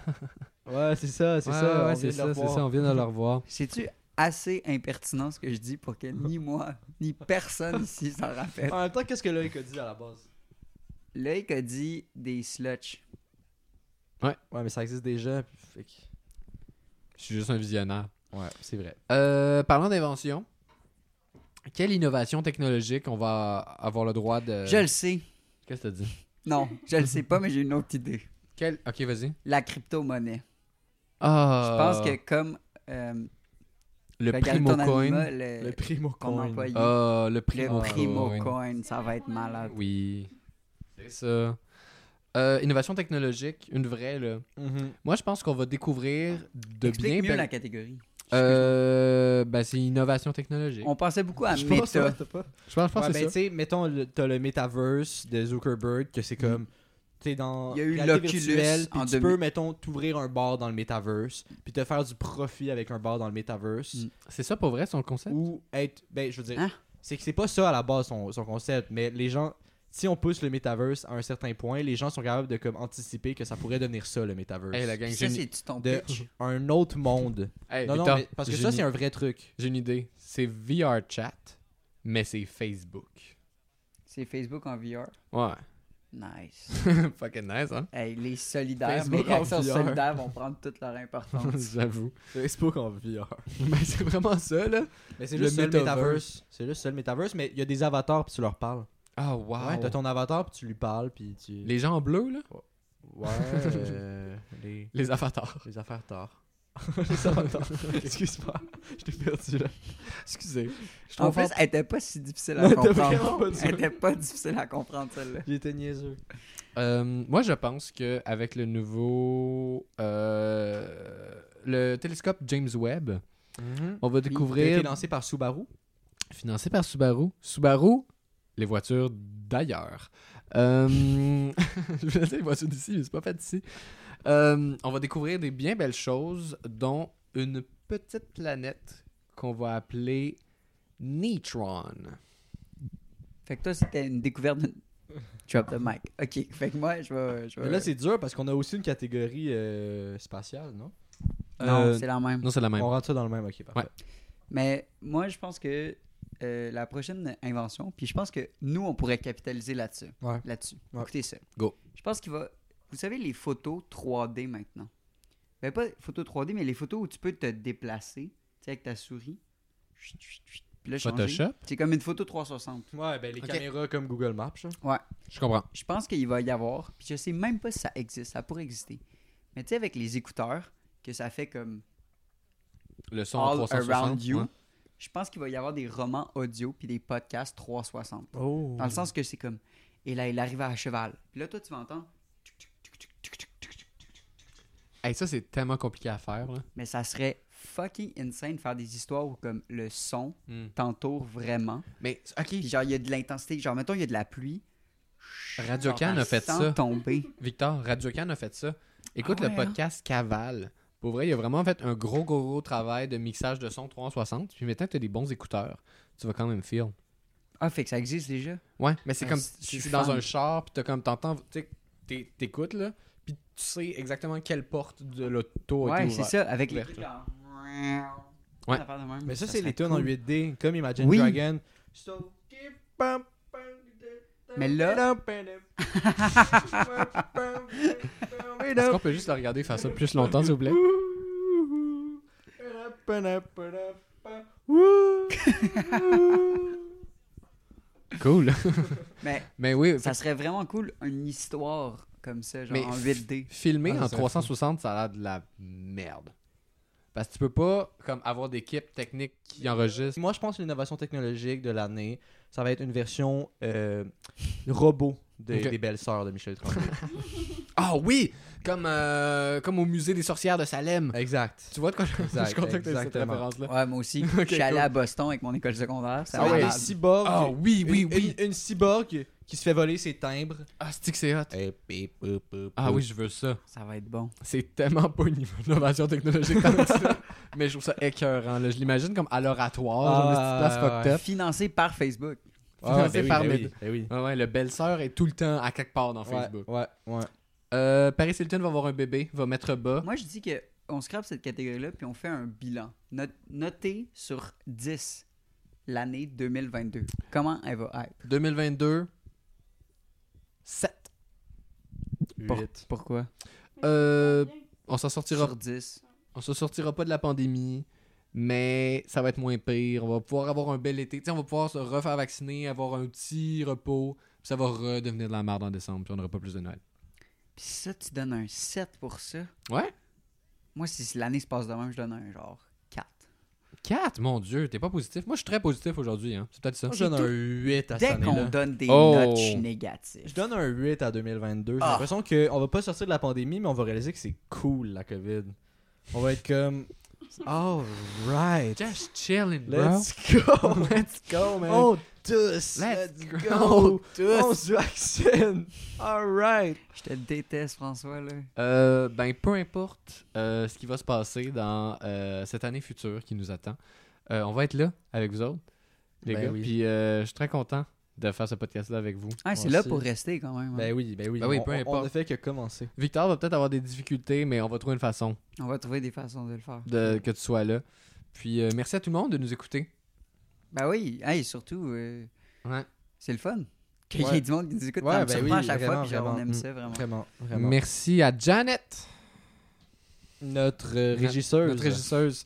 Speaker 3: Ouais, c'est ça, c'est
Speaker 2: Ouais,
Speaker 3: ça.
Speaker 2: ouais,
Speaker 3: on
Speaker 2: c'est
Speaker 3: vient de le
Speaker 2: ça, c'est
Speaker 3: voir.
Speaker 2: ça, on vient de le revoir.
Speaker 4: C'est-tu assez impertinent ce que je dis pour que ni moi, ni personne ici s'en rappelle?
Speaker 3: En même temps, qu'est-ce que Loïc a dit à la base
Speaker 4: Loïc a dit des slutch.
Speaker 3: Ouais, mais ça existe déjà. puis- fait que-
Speaker 2: Je suis juste un visionnaire.
Speaker 3: Ouais, c'est vrai.
Speaker 2: Euh, parlant d'invention, quelle innovation technologique on va avoir le droit de.
Speaker 4: Je le sais.
Speaker 2: Qu'est-ce que t'as dit?
Speaker 4: Non, je le sais pas, mais j'ai une autre idée.
Speaker 2: Quelle... Ok, vas-y.
Speaker 4: La crypto-monnaie. Je
Speaker 2: Ah,
Speaker 4: pense que comme euh,
Speaker 2: Le
Speaker 4: regarde
Speaker 2: Primo
Speaker 4: ton
Speaker 2: Coin.
Speaker 4: anima, le,
Speaker 5: Euh,
Speaker 3: Le primo
Speaker 4: qu'on
Speaker 3: coin.
Speaker 4: employait.
Speaker 2: Ah, le
Speaker 4: le
Speaker 2: Primo,
Speaker 4: primo
Speaker 2: Coin.
Speaker 4: coin, ça va être malade.
Speaker 2: Oui. C'est ça. Euh, innovation technologique, une vraie, là.
Speaker 3: Mhm.
Speaker 2: Moi, je pense qu'on va découvrir de
Speaker 4: Explique
Speaker 2: bien. ben-
Speaker 4: mieux la catégorie.
Speaker 2: Euh, ben, c'est innovation technologique.
Speaker 4: On pensait beaucoup
Speaker 5: Ah,
Speaker 4: à
Speaker 3: Je
Speaker 4: méta.
Speaker 3: pense, ouais, t'as pas.
Speaker 2: Je pense, je pense
Speaker 3: Ouais,
Speaker 2: que
Speaker 3: ben,
Speaker 2: c'est
Speaker 3: tu
Speaker 2: ça.
Speaker 3: sais, mettons, le- t'as le metaverse de Zuckerberg, que c'est comme. T'es dans.
Speaker 4: Il y a eu
Speaker 3: réalité
Speaker 4: l'Oculus
Speaker 3: virtuelle, puis
Speaker 4: en
Speaker 3: Tu
Speaker 4: 2000.
Speaker 3: peux, mettons, t'ouvrir un bar dans le metaverse, puis te faire du profit avec un bar dans le metaverse.
Speaker 4: Mm.
Speaker 2: C'est ça pour vrai, son concept?
Speaker 3: Ou être. Ben, je veux dire.
Speaker 4: Hein?
Speaker 3: C'est que c'est pas ça à la base son, son concept, mais les gens. Si on pousse le metaverse à un certain point, les gens sont capables de comme anticiper que ça pourrait devenir ça, le metaverse.
Speaker 2: Hey, la gang,
Speaker 4: Puis
Speaker 2: j'ai
Speaker 4: Ça,
Speaker 2: une...
Speaker 4: c'est-tu ton
Speaker 3: de
Speaker 4: pitch?
Speaker 3: un autre monde.
Speaker 2: Hey,
Speaker 3: non, non,
Speaker 2: Victor,
Speaker 3: mais parce que
Speaker 2: j'ai
Speaker 3: ça,
Speaker 2: une-
Speaker 3: c'est un vrai truc.
Speaker 2: J'ai une idée. C'est VR chat, mais c'est Facebook.
Speaker 4: C'est Facebook en VR.
Speaker 2: Ouais.
Speaker 4: Nice.
Speaker 2: Fucking nice, hein?
Speaker 4: Hey, les solidaires,
Speaker 2: Facebook
Speaker 4: mais les
Speaker 2: en
Speaker 4: actions
Speaker 2: VR.
Speaker 4: solidaires vont prendre toute leur importance.
Speaker 2: J'avoue.
Speaker 3: Facebook en VR.
Speaker 2: ben, c'est vraiment ça, là.
Speaker 3: Mais c'est
Speaker 2: Le
Speaker 3: le seul
Speaker 2: metaverse.
Speaker 3: metaverse. C'est le seul metaverse, mais il y a des avatars puis tu leur parles.
Speaker 2: Ah, wow.
Speaker 3: Ouais, t'as ton avatar puis tu lui parles puis tu.
Speaker 2: Les gens en bleu, là?
Speaker 3: Ouais. euh, les...
Speaker 2: Les avatars.
Speaker 3: les affaires tard. les avatars. Excuse-moi, je t'ai perdu là.
Speaker 2: Excusez. Je
Speaker 4: en
Speaker 2: trouve
Speaker 4: plus,
Speaker 2: fort.
Speaker 4: elle était pas si difficile
Speaker 3: Non,
Speaker 4: à
Speaker 3: elle était vraiment
Speaker 4: comprendre.
Speaker 3: pas dure.
Speaker 4: Elle était pas difficile à comprendre, celle-là.
Speaker 3: J'étais niaiseux.
Speaker 2: Euh, moi, je pense que avec le nouveau... euh, le télescope James Webb, on va
Speaker 3: Il a
Speaker 2: découvrir...
Speaker 3: été lancé par Subaru.
Speaker 2: Financé par Subaru. Subaru, les voitures d'ailleurs. Euh, je voulais dire les voitures d'ici, mais c'est pas fait d'ici. Euh, on va découvrir des bien belles choses, dont une petite planète qu'on va appeler Neutron.
Speaker 4: Fait que toi, c'était une découverte de... Drop the mic. OK, fait que moi, je vais... Je vais...
Speaker 3: Mais là, c'est dur parce qu'on a aussi une catégorie euh, spatiale, non
Speaker 4: Non,
Speaker 2: Euh,
Speaker 4: c'est la même.
Speaker 2: Non, c'est la même.
Speaker 3: On rentre ça dans le même, ok, parfait.
Speaker 4: Mais moi, je pense que euh, la prochaine invention, puis je pense que nous, on pourrait capitaliser là-dessus.
Speaker 3: Ouais.
Speaker 4: Là-dessus.
Speaker 3: Ouais.
Speaker 4: Écoutez ça.
Speaker 2: Go.
Speaker 4: Je pense qu'il va... Vous savez, les photos 3D maintenant. Ben, pas photos 3D, mais les photos où tu peux te déplacer, tu sais, avec ta souris. Chut, chut, chut. Puis là, changer.
Speaker 2: Photoshop?
Speaker 4: C'est comme une photo 360.
Speaker 3: Ouais, ben les
Speaker 2: Ok.
Speaker 3: caméras comme Google Maps. là.
Speaker 2: Je comprends.
Speaker 4: Je pense qu'il va y avoir, puis je sais même pas si ça existe, ça pourrait exister. Mais tu sais, avec les écouteurs, que ça fait comme
Speaker 2: Le son
Speaker 4: all
Speaker 2: 360.
Speaker 4: around you.
Speaker 2: ouais.
Speaker 4: Je pense qu'il va y avoir des romans audio puis des podcasts 360.
Speaker 3: Oh.
Speaker 4: Dans le sens que c'est comme, et là, il arrive à cheval. Puis là, toi, tu vas entendre,
Speaker 2: Hey, ça, c'est tellement compliqué à faire. Là.
Speaker 4: mais ça serait fucking insane de faire des histoires où comme le son
Speaker 2: Hmm.
Speaker 4: t'entoure vraiment.
Speaker 2: Mais, OK,
Speaker 4: Puis genre, il y a de l'intensité. Genre, mettons, il y a de la pluie.
Speaker 2: Radio Can a fait
Speaker 4: sans
Speaker 2: ça.
Speaker 4: tomber.
Speaker 2: Victor, Radio-Can a fait ça. Écoute
Speaker 4: Ah ouais,
Speaker 2: le
Speaker 4: hein?
Speaker 2: podcast Caval. Pour vrai, il a vraiment fait un gros, gros, gros travail de mixage de son 360. Puis maintenant que tu as des bons écouteurs, tu vas quand même feel.
Speaker 4: Ah, fait que ça existe déjà.
Speaker 2: Ouais, mais c'est
Speaker 4: Ah,
Speaker 2: comme
Speaker 4: c'est- je
Speaker 2: si tu
Speaker 4: suis
Speaker 2: es dans
Speaker 4: fan.
Speaker 2: un char, puis t'as comme t'entends, tu sais, t'é- t'écoutes là, puis tu sais exactement quelle porte de l'auto a
Speaker 4: Ouais,
Speaker 2: été
Speaker 4: c'est
Speaker 2: ouverte.
Speaker 4: ça. Avec les.
Speaker 2: ouverte.
Speaker 4: trucs en-
Speaker 2: Ouais.
Speaker 4: Ça part de même.
Speaker 3: Mais ça,
Speaker 4: Ça
Speaker 3: c'est
Speaker 4: serait
Speaker 3: les tunes en
Speaker 4: cool.
Speaker 3: 8D, comme Imagine
Speaker 4: Oui.
Speaker 3: Dragon.
Speaker 4: Mais là-
Speaker 2: Est-ce qu'on peut juste le regarder faire ça plus longtemps, s'il vous plaît? Cool.
Speaker 4: Mais
Speaker 2: Mais oui,
Speaker 4: ça serait vraiment cool, une histoire comme ça, genre
Speaker 2: Mais
Speaker 4: en 8D.
Speaker 2: filmé
Speaker 3: Ah, ça
Speaker 2: en
Speaker 3: serait
Speaker 2: 360, ça a l'air de la merde. Parce que tu peux pas comme avoir d'équipe technique qui enregistre.
Speaker 3: Moi, je pense que l'innovation technologique de l'année, ça va être une version euh, robot des,
Speaker 2: Ok.
Speaker 3: des belles-sœurs de Michel Tremblay.
Speaker 2: Ah oui! Comme, euh, comme au musée des sorcières de Salem.
Speaker 3: exact.
Speaker 2: Tu vois de quoi je,
Speaker 3: Exact,
Speaker 2: je suis content que t'aies cette
Speaker 3: exactement.
Speaker 2: référence-là.
Speaker 4: Ouais, moi aussi.
Speaker 2: Ok,
Speaker 4: je suis allé
Speaker 2: cool.
Speaker 4: à Boston avec mon école secondaire. ça
Speaker 2: Ah
Speaker 4: m'a
Speaker 2: ouais,
Speaker 3: une
Speaker 4: malade.
Speaker 3: cyborg.
Speaker 2: Ah oui, oui,
Speaker 3: une-
Speaker 2: oui.
Speaker 3: Une, une cyborg qui se fait voler ses timbres.
Speaker 2: Ah, c'est que c'est hot. Ah
Speaker 3: Ah
Speaker 2: oui, je veux ça.
Speaker 4: ça va être bon.
Speaker 2: C'est tellement pas une innovation technologique tant que ça. Mais je trouve ça écœurant. là. Je l'imagine comme à l'oratoire, genre
Speaker 3: Ah,
Speaker 2: une petite place
Speaker 3: ouais.
Speaker 2: fucked up.
Speaker 4: Financé par Facebook.
Speaker 2: Financé par
Speaker 3: ben
Speaker 2: Med-
Speaker 3: oui, ben oui.
Speaker 2: Ouais, ouais, le belle-sœur est tout le temps à quelque part dans Facebook.
Speaker 3: Ouais, ouais. ouais.
Speaker 2: Euh, Paris Hilton va avoir un bébé, va mettre bas.
Speaker 4: Moi, je dis que on scrape cette catégorie-là puis on fait un bilan. Not- Notez sur 10 l'année 2022. Comment elle va être
Speaker 2: 2022, 7.
Speaker 4: Pour-
Speaker 3: Huit.
Speaker 4: Pourquoi
Speaker 2: Euh, on s'en sortira,
Speaker 4: Sur 10.
Speaker 2: on s'en sortira pas de la pandémie, mais ça va être moins pire. On va pouvoir avoir un bel été. Tu sais, on va pouvoir se refaire vacciner, avoir un petit repos. puis ça va redevenir de la merde en décembre, puis on n'aura pas plus de Noël.
Speaker 4: Puis ça, tu donnes un 7 pour ça.
Speaker 2: Ouais.
Speaker 4: Moi, si l'année se passe de même, je donne un genre 4.
Speaker 2: 4, mon Dieu, t'es pas positif. Moi, je suis très positif aujourd'hui. Hein. C'est peut-être ça.
Speaker 3: Moi, je donne un 8 à cette
Speaker 4: Dès qu'on
Speaker 3: année-là.
Speaker 4: donne des
Speaker 2: Oh.
Speaker 4: notes, je suis négatif.
Speaker 3: Je donne un 8 à 2022. J'ai
Speaker 4: Ah.
Speaker 3: l'impression qu'on va pas sortir de la pandémie, mais on va réaliser que c'est cool la COVID. On va être comme. Alright.
Speaker 2: Just chilling, bro.
Speaker 3: Let's go.
Speaker 2: Let's go, man.
Speaker 3: On tous.
Speaker 2: Let's
Speaker 3: go. On se vaccine. Alright.
Speaker 4: Je te déteste, François, là.
Speaker 2: Euh, ben, peu importe euh, ce qui va se passer dans euh, cette année future qui nous attend, euh, on va être là avec vous autres, les
Speaker 3: Ben
Speaker 2: gars.
Speaker 3: oui.
Speaker 2: Puis euh, je suis très content de faire ce podcast-là avec vous.
Speaker 4: Ah, c'est
Speaker 3: Moi
Speaker 4: là
Speaker 3: aussi.
Speaker 4: pour rester quand même. hein.
Speaker 3: Ben oui, ben oui.
Speaker 2: Ben oui,
Speaker 3: on,
Speaker 2: peu
Speaker 3: on- On
Speaker 2: importe.
Speaker 3: ne fait que commencer.
Speaker 2: Victor va peut-être avoir des difficultés, mais on va trouver une façon
Speaker 4: On va trouver des façons de le faire.
Speaker 2: de, que tu sois là. Puis euh, merci à tout le monde de nous écouter.
Speaker 4: Ben oui, hey, surtout, euh,
Speaker 2: Ouais.
Speaker 4: c'est le fun. Qu'il y
Speaker 3: Ouais.
Speaker 4: ait du monde qui nous écoute,
Speaker 3: Ouais,
Speaker 4: ça me
Speaker 3: ben
Speaker 4: surprend
Speaker 3: oui,
Speaker 4: à chaque
Speaker 3: vraiment,
Speaker 4: fois, puis genre, on
Speaker 3: vraiment.
Speaker 4: aime
Speaker 3: Mm.
Speaker 4: ça vraiment.
Speaker 3: Vraiment, vraiment.
Speaker 2: Merci à Janet,
Speaker 3: Notre euh,
Speaker 2: Notre-
Speaker 3: régisseuse.
Speaker 2: notre régisseuse.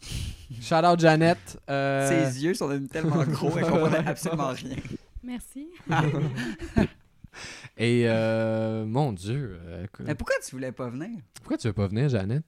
Speaker 2: Shout out Janet. Euh,
Speaker 4: Ses yeux sont devenus tellement gros, elle comprenait absolument rien.
Speaker 5: Merci.
Speaker 2: Et euh, mon Dieu, euh, écoute,
Speaker 4: Mais pourquoi tu voulais pas venir?
Speaker 2: pourquoi tu veux pas venir, Janet?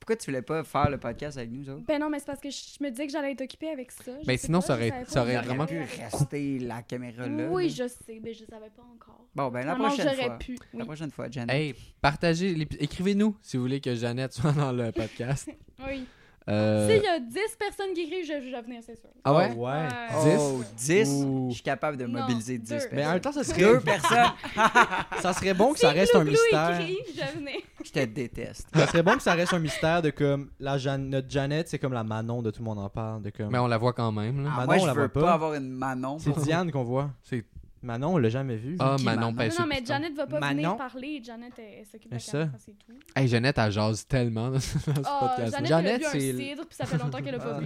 Speaker 4: Pourquoi tu voulais pas faire le podcast avec nous autres?
Speaker 5: Ben non, mais c'est parce que je me disais que j'allais être occupée avec ça. Je
Speaker 2: Ben
Speaker 5: sais
Speaker 2: sinon,
Speaker 5: pas,
Speaker 2: ça
Speaker 5: je
Speaker 2: aurait-
Speaker 5: savais pas
Speaker 2: ça aurait
Speaker 5: encore.
Speaker 2: vraiment
Speaker 4: pu rester la caméra là.
Speaker 5: Oui,
Speaker 4: là.
Speaker 5: je sais, mais je savais pas encore.
Speaker 4: Bon, ben la
Speaker 5: Vraiment,
Speaker 4: prochaine
Speaker 5: j'aurais
Speaker 4: fois.
Speaker 5: pu. Oui.
Speaker 4: La prochaine fois, Janet.
Speaker 2: Hey, partagez, l'épi- écrivez-nous si vous voulez que Jeannette soit dans le podcast.
Speaker 5: oui.
Speaker 2: Euh,
Speaker 5: S'il y a 10 personnes guéries, je, je vais venir, c'est sûr. Euh,
Speaker 2: Ah ouais?
Speaker 3: ouais.
Speaker 4: Oh, 10?
Speaker 3: Ouh.
Speaker 4: Je suis capable de
Speaker 5: Non,
Speaker 4: mobiliser 10
Speaker 5: deux.
Speaker 3: Mais en
Speaker 4: personnes.
Speaker 3: même temps, ça serait,
Speaker 4: Deux personnes?
Speaker 3: ça serait bon que ça reste un mystère.
Speaker 5: écrit, je venais.
Speaker 4: Je te déteste.
Speaker 3: Ça serait bon que ça reste un mystère de comme la Jeanne- notre Jeannette, c'est comme la Manon de tout le monde en parle, de comme
Speaker 2: Mais on la voit quand même. Là.
Speaker 4: Ah,
Speaker 3: Manon,
Speaker 4: moi,
Speaker 3: on
Speaker 4: je
Speaker 3: la
Speaker 4: veux
Speaker 3: voit
Speaker 4: pas.
Speaker 3: pas.
Speaker 4: avoir une Manon.
Speaker 3: C'est Diane qu'on voit.
Speaker 2: C'est-
Speaker 3: Manon, on l'a jamais vue.
Speaker 2: Ah,
Speaker 4: qui,
Speaker 2: Manon
Speaker 4: Manon?
Speaker 5: Non,
Speaker 2: Pincé.
Speaker 5: non, mais Janet va pas
Speaker 3: Manon.
Speaker 5: venir parler. Janet, elle, elle s'occupe de la
Speaker 3: C'est ça.
Speaker 5: caméra, c'est tout.
Speaker 2: Hey, Jeannette, elle jase tellement dans ce dans ce
Speaker 5: Ah,
Speaker 2: podcast.
Speaker 5: Janet,
Speaker 2: Jeannette,
Speaker 5: elle a bu un
Speaker 2: c'est.
Speaker 5: cidre, puis ça fait longtemps qu'elle a pas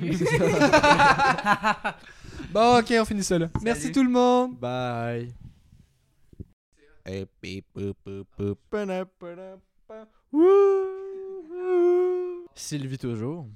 Speaker 3: Ah.
Speaker 5: bu.
Speaker 2: Bon, ok, on finit ça là. Merci tout le monde.
Speaker 3: Bye. Sylvie toujours.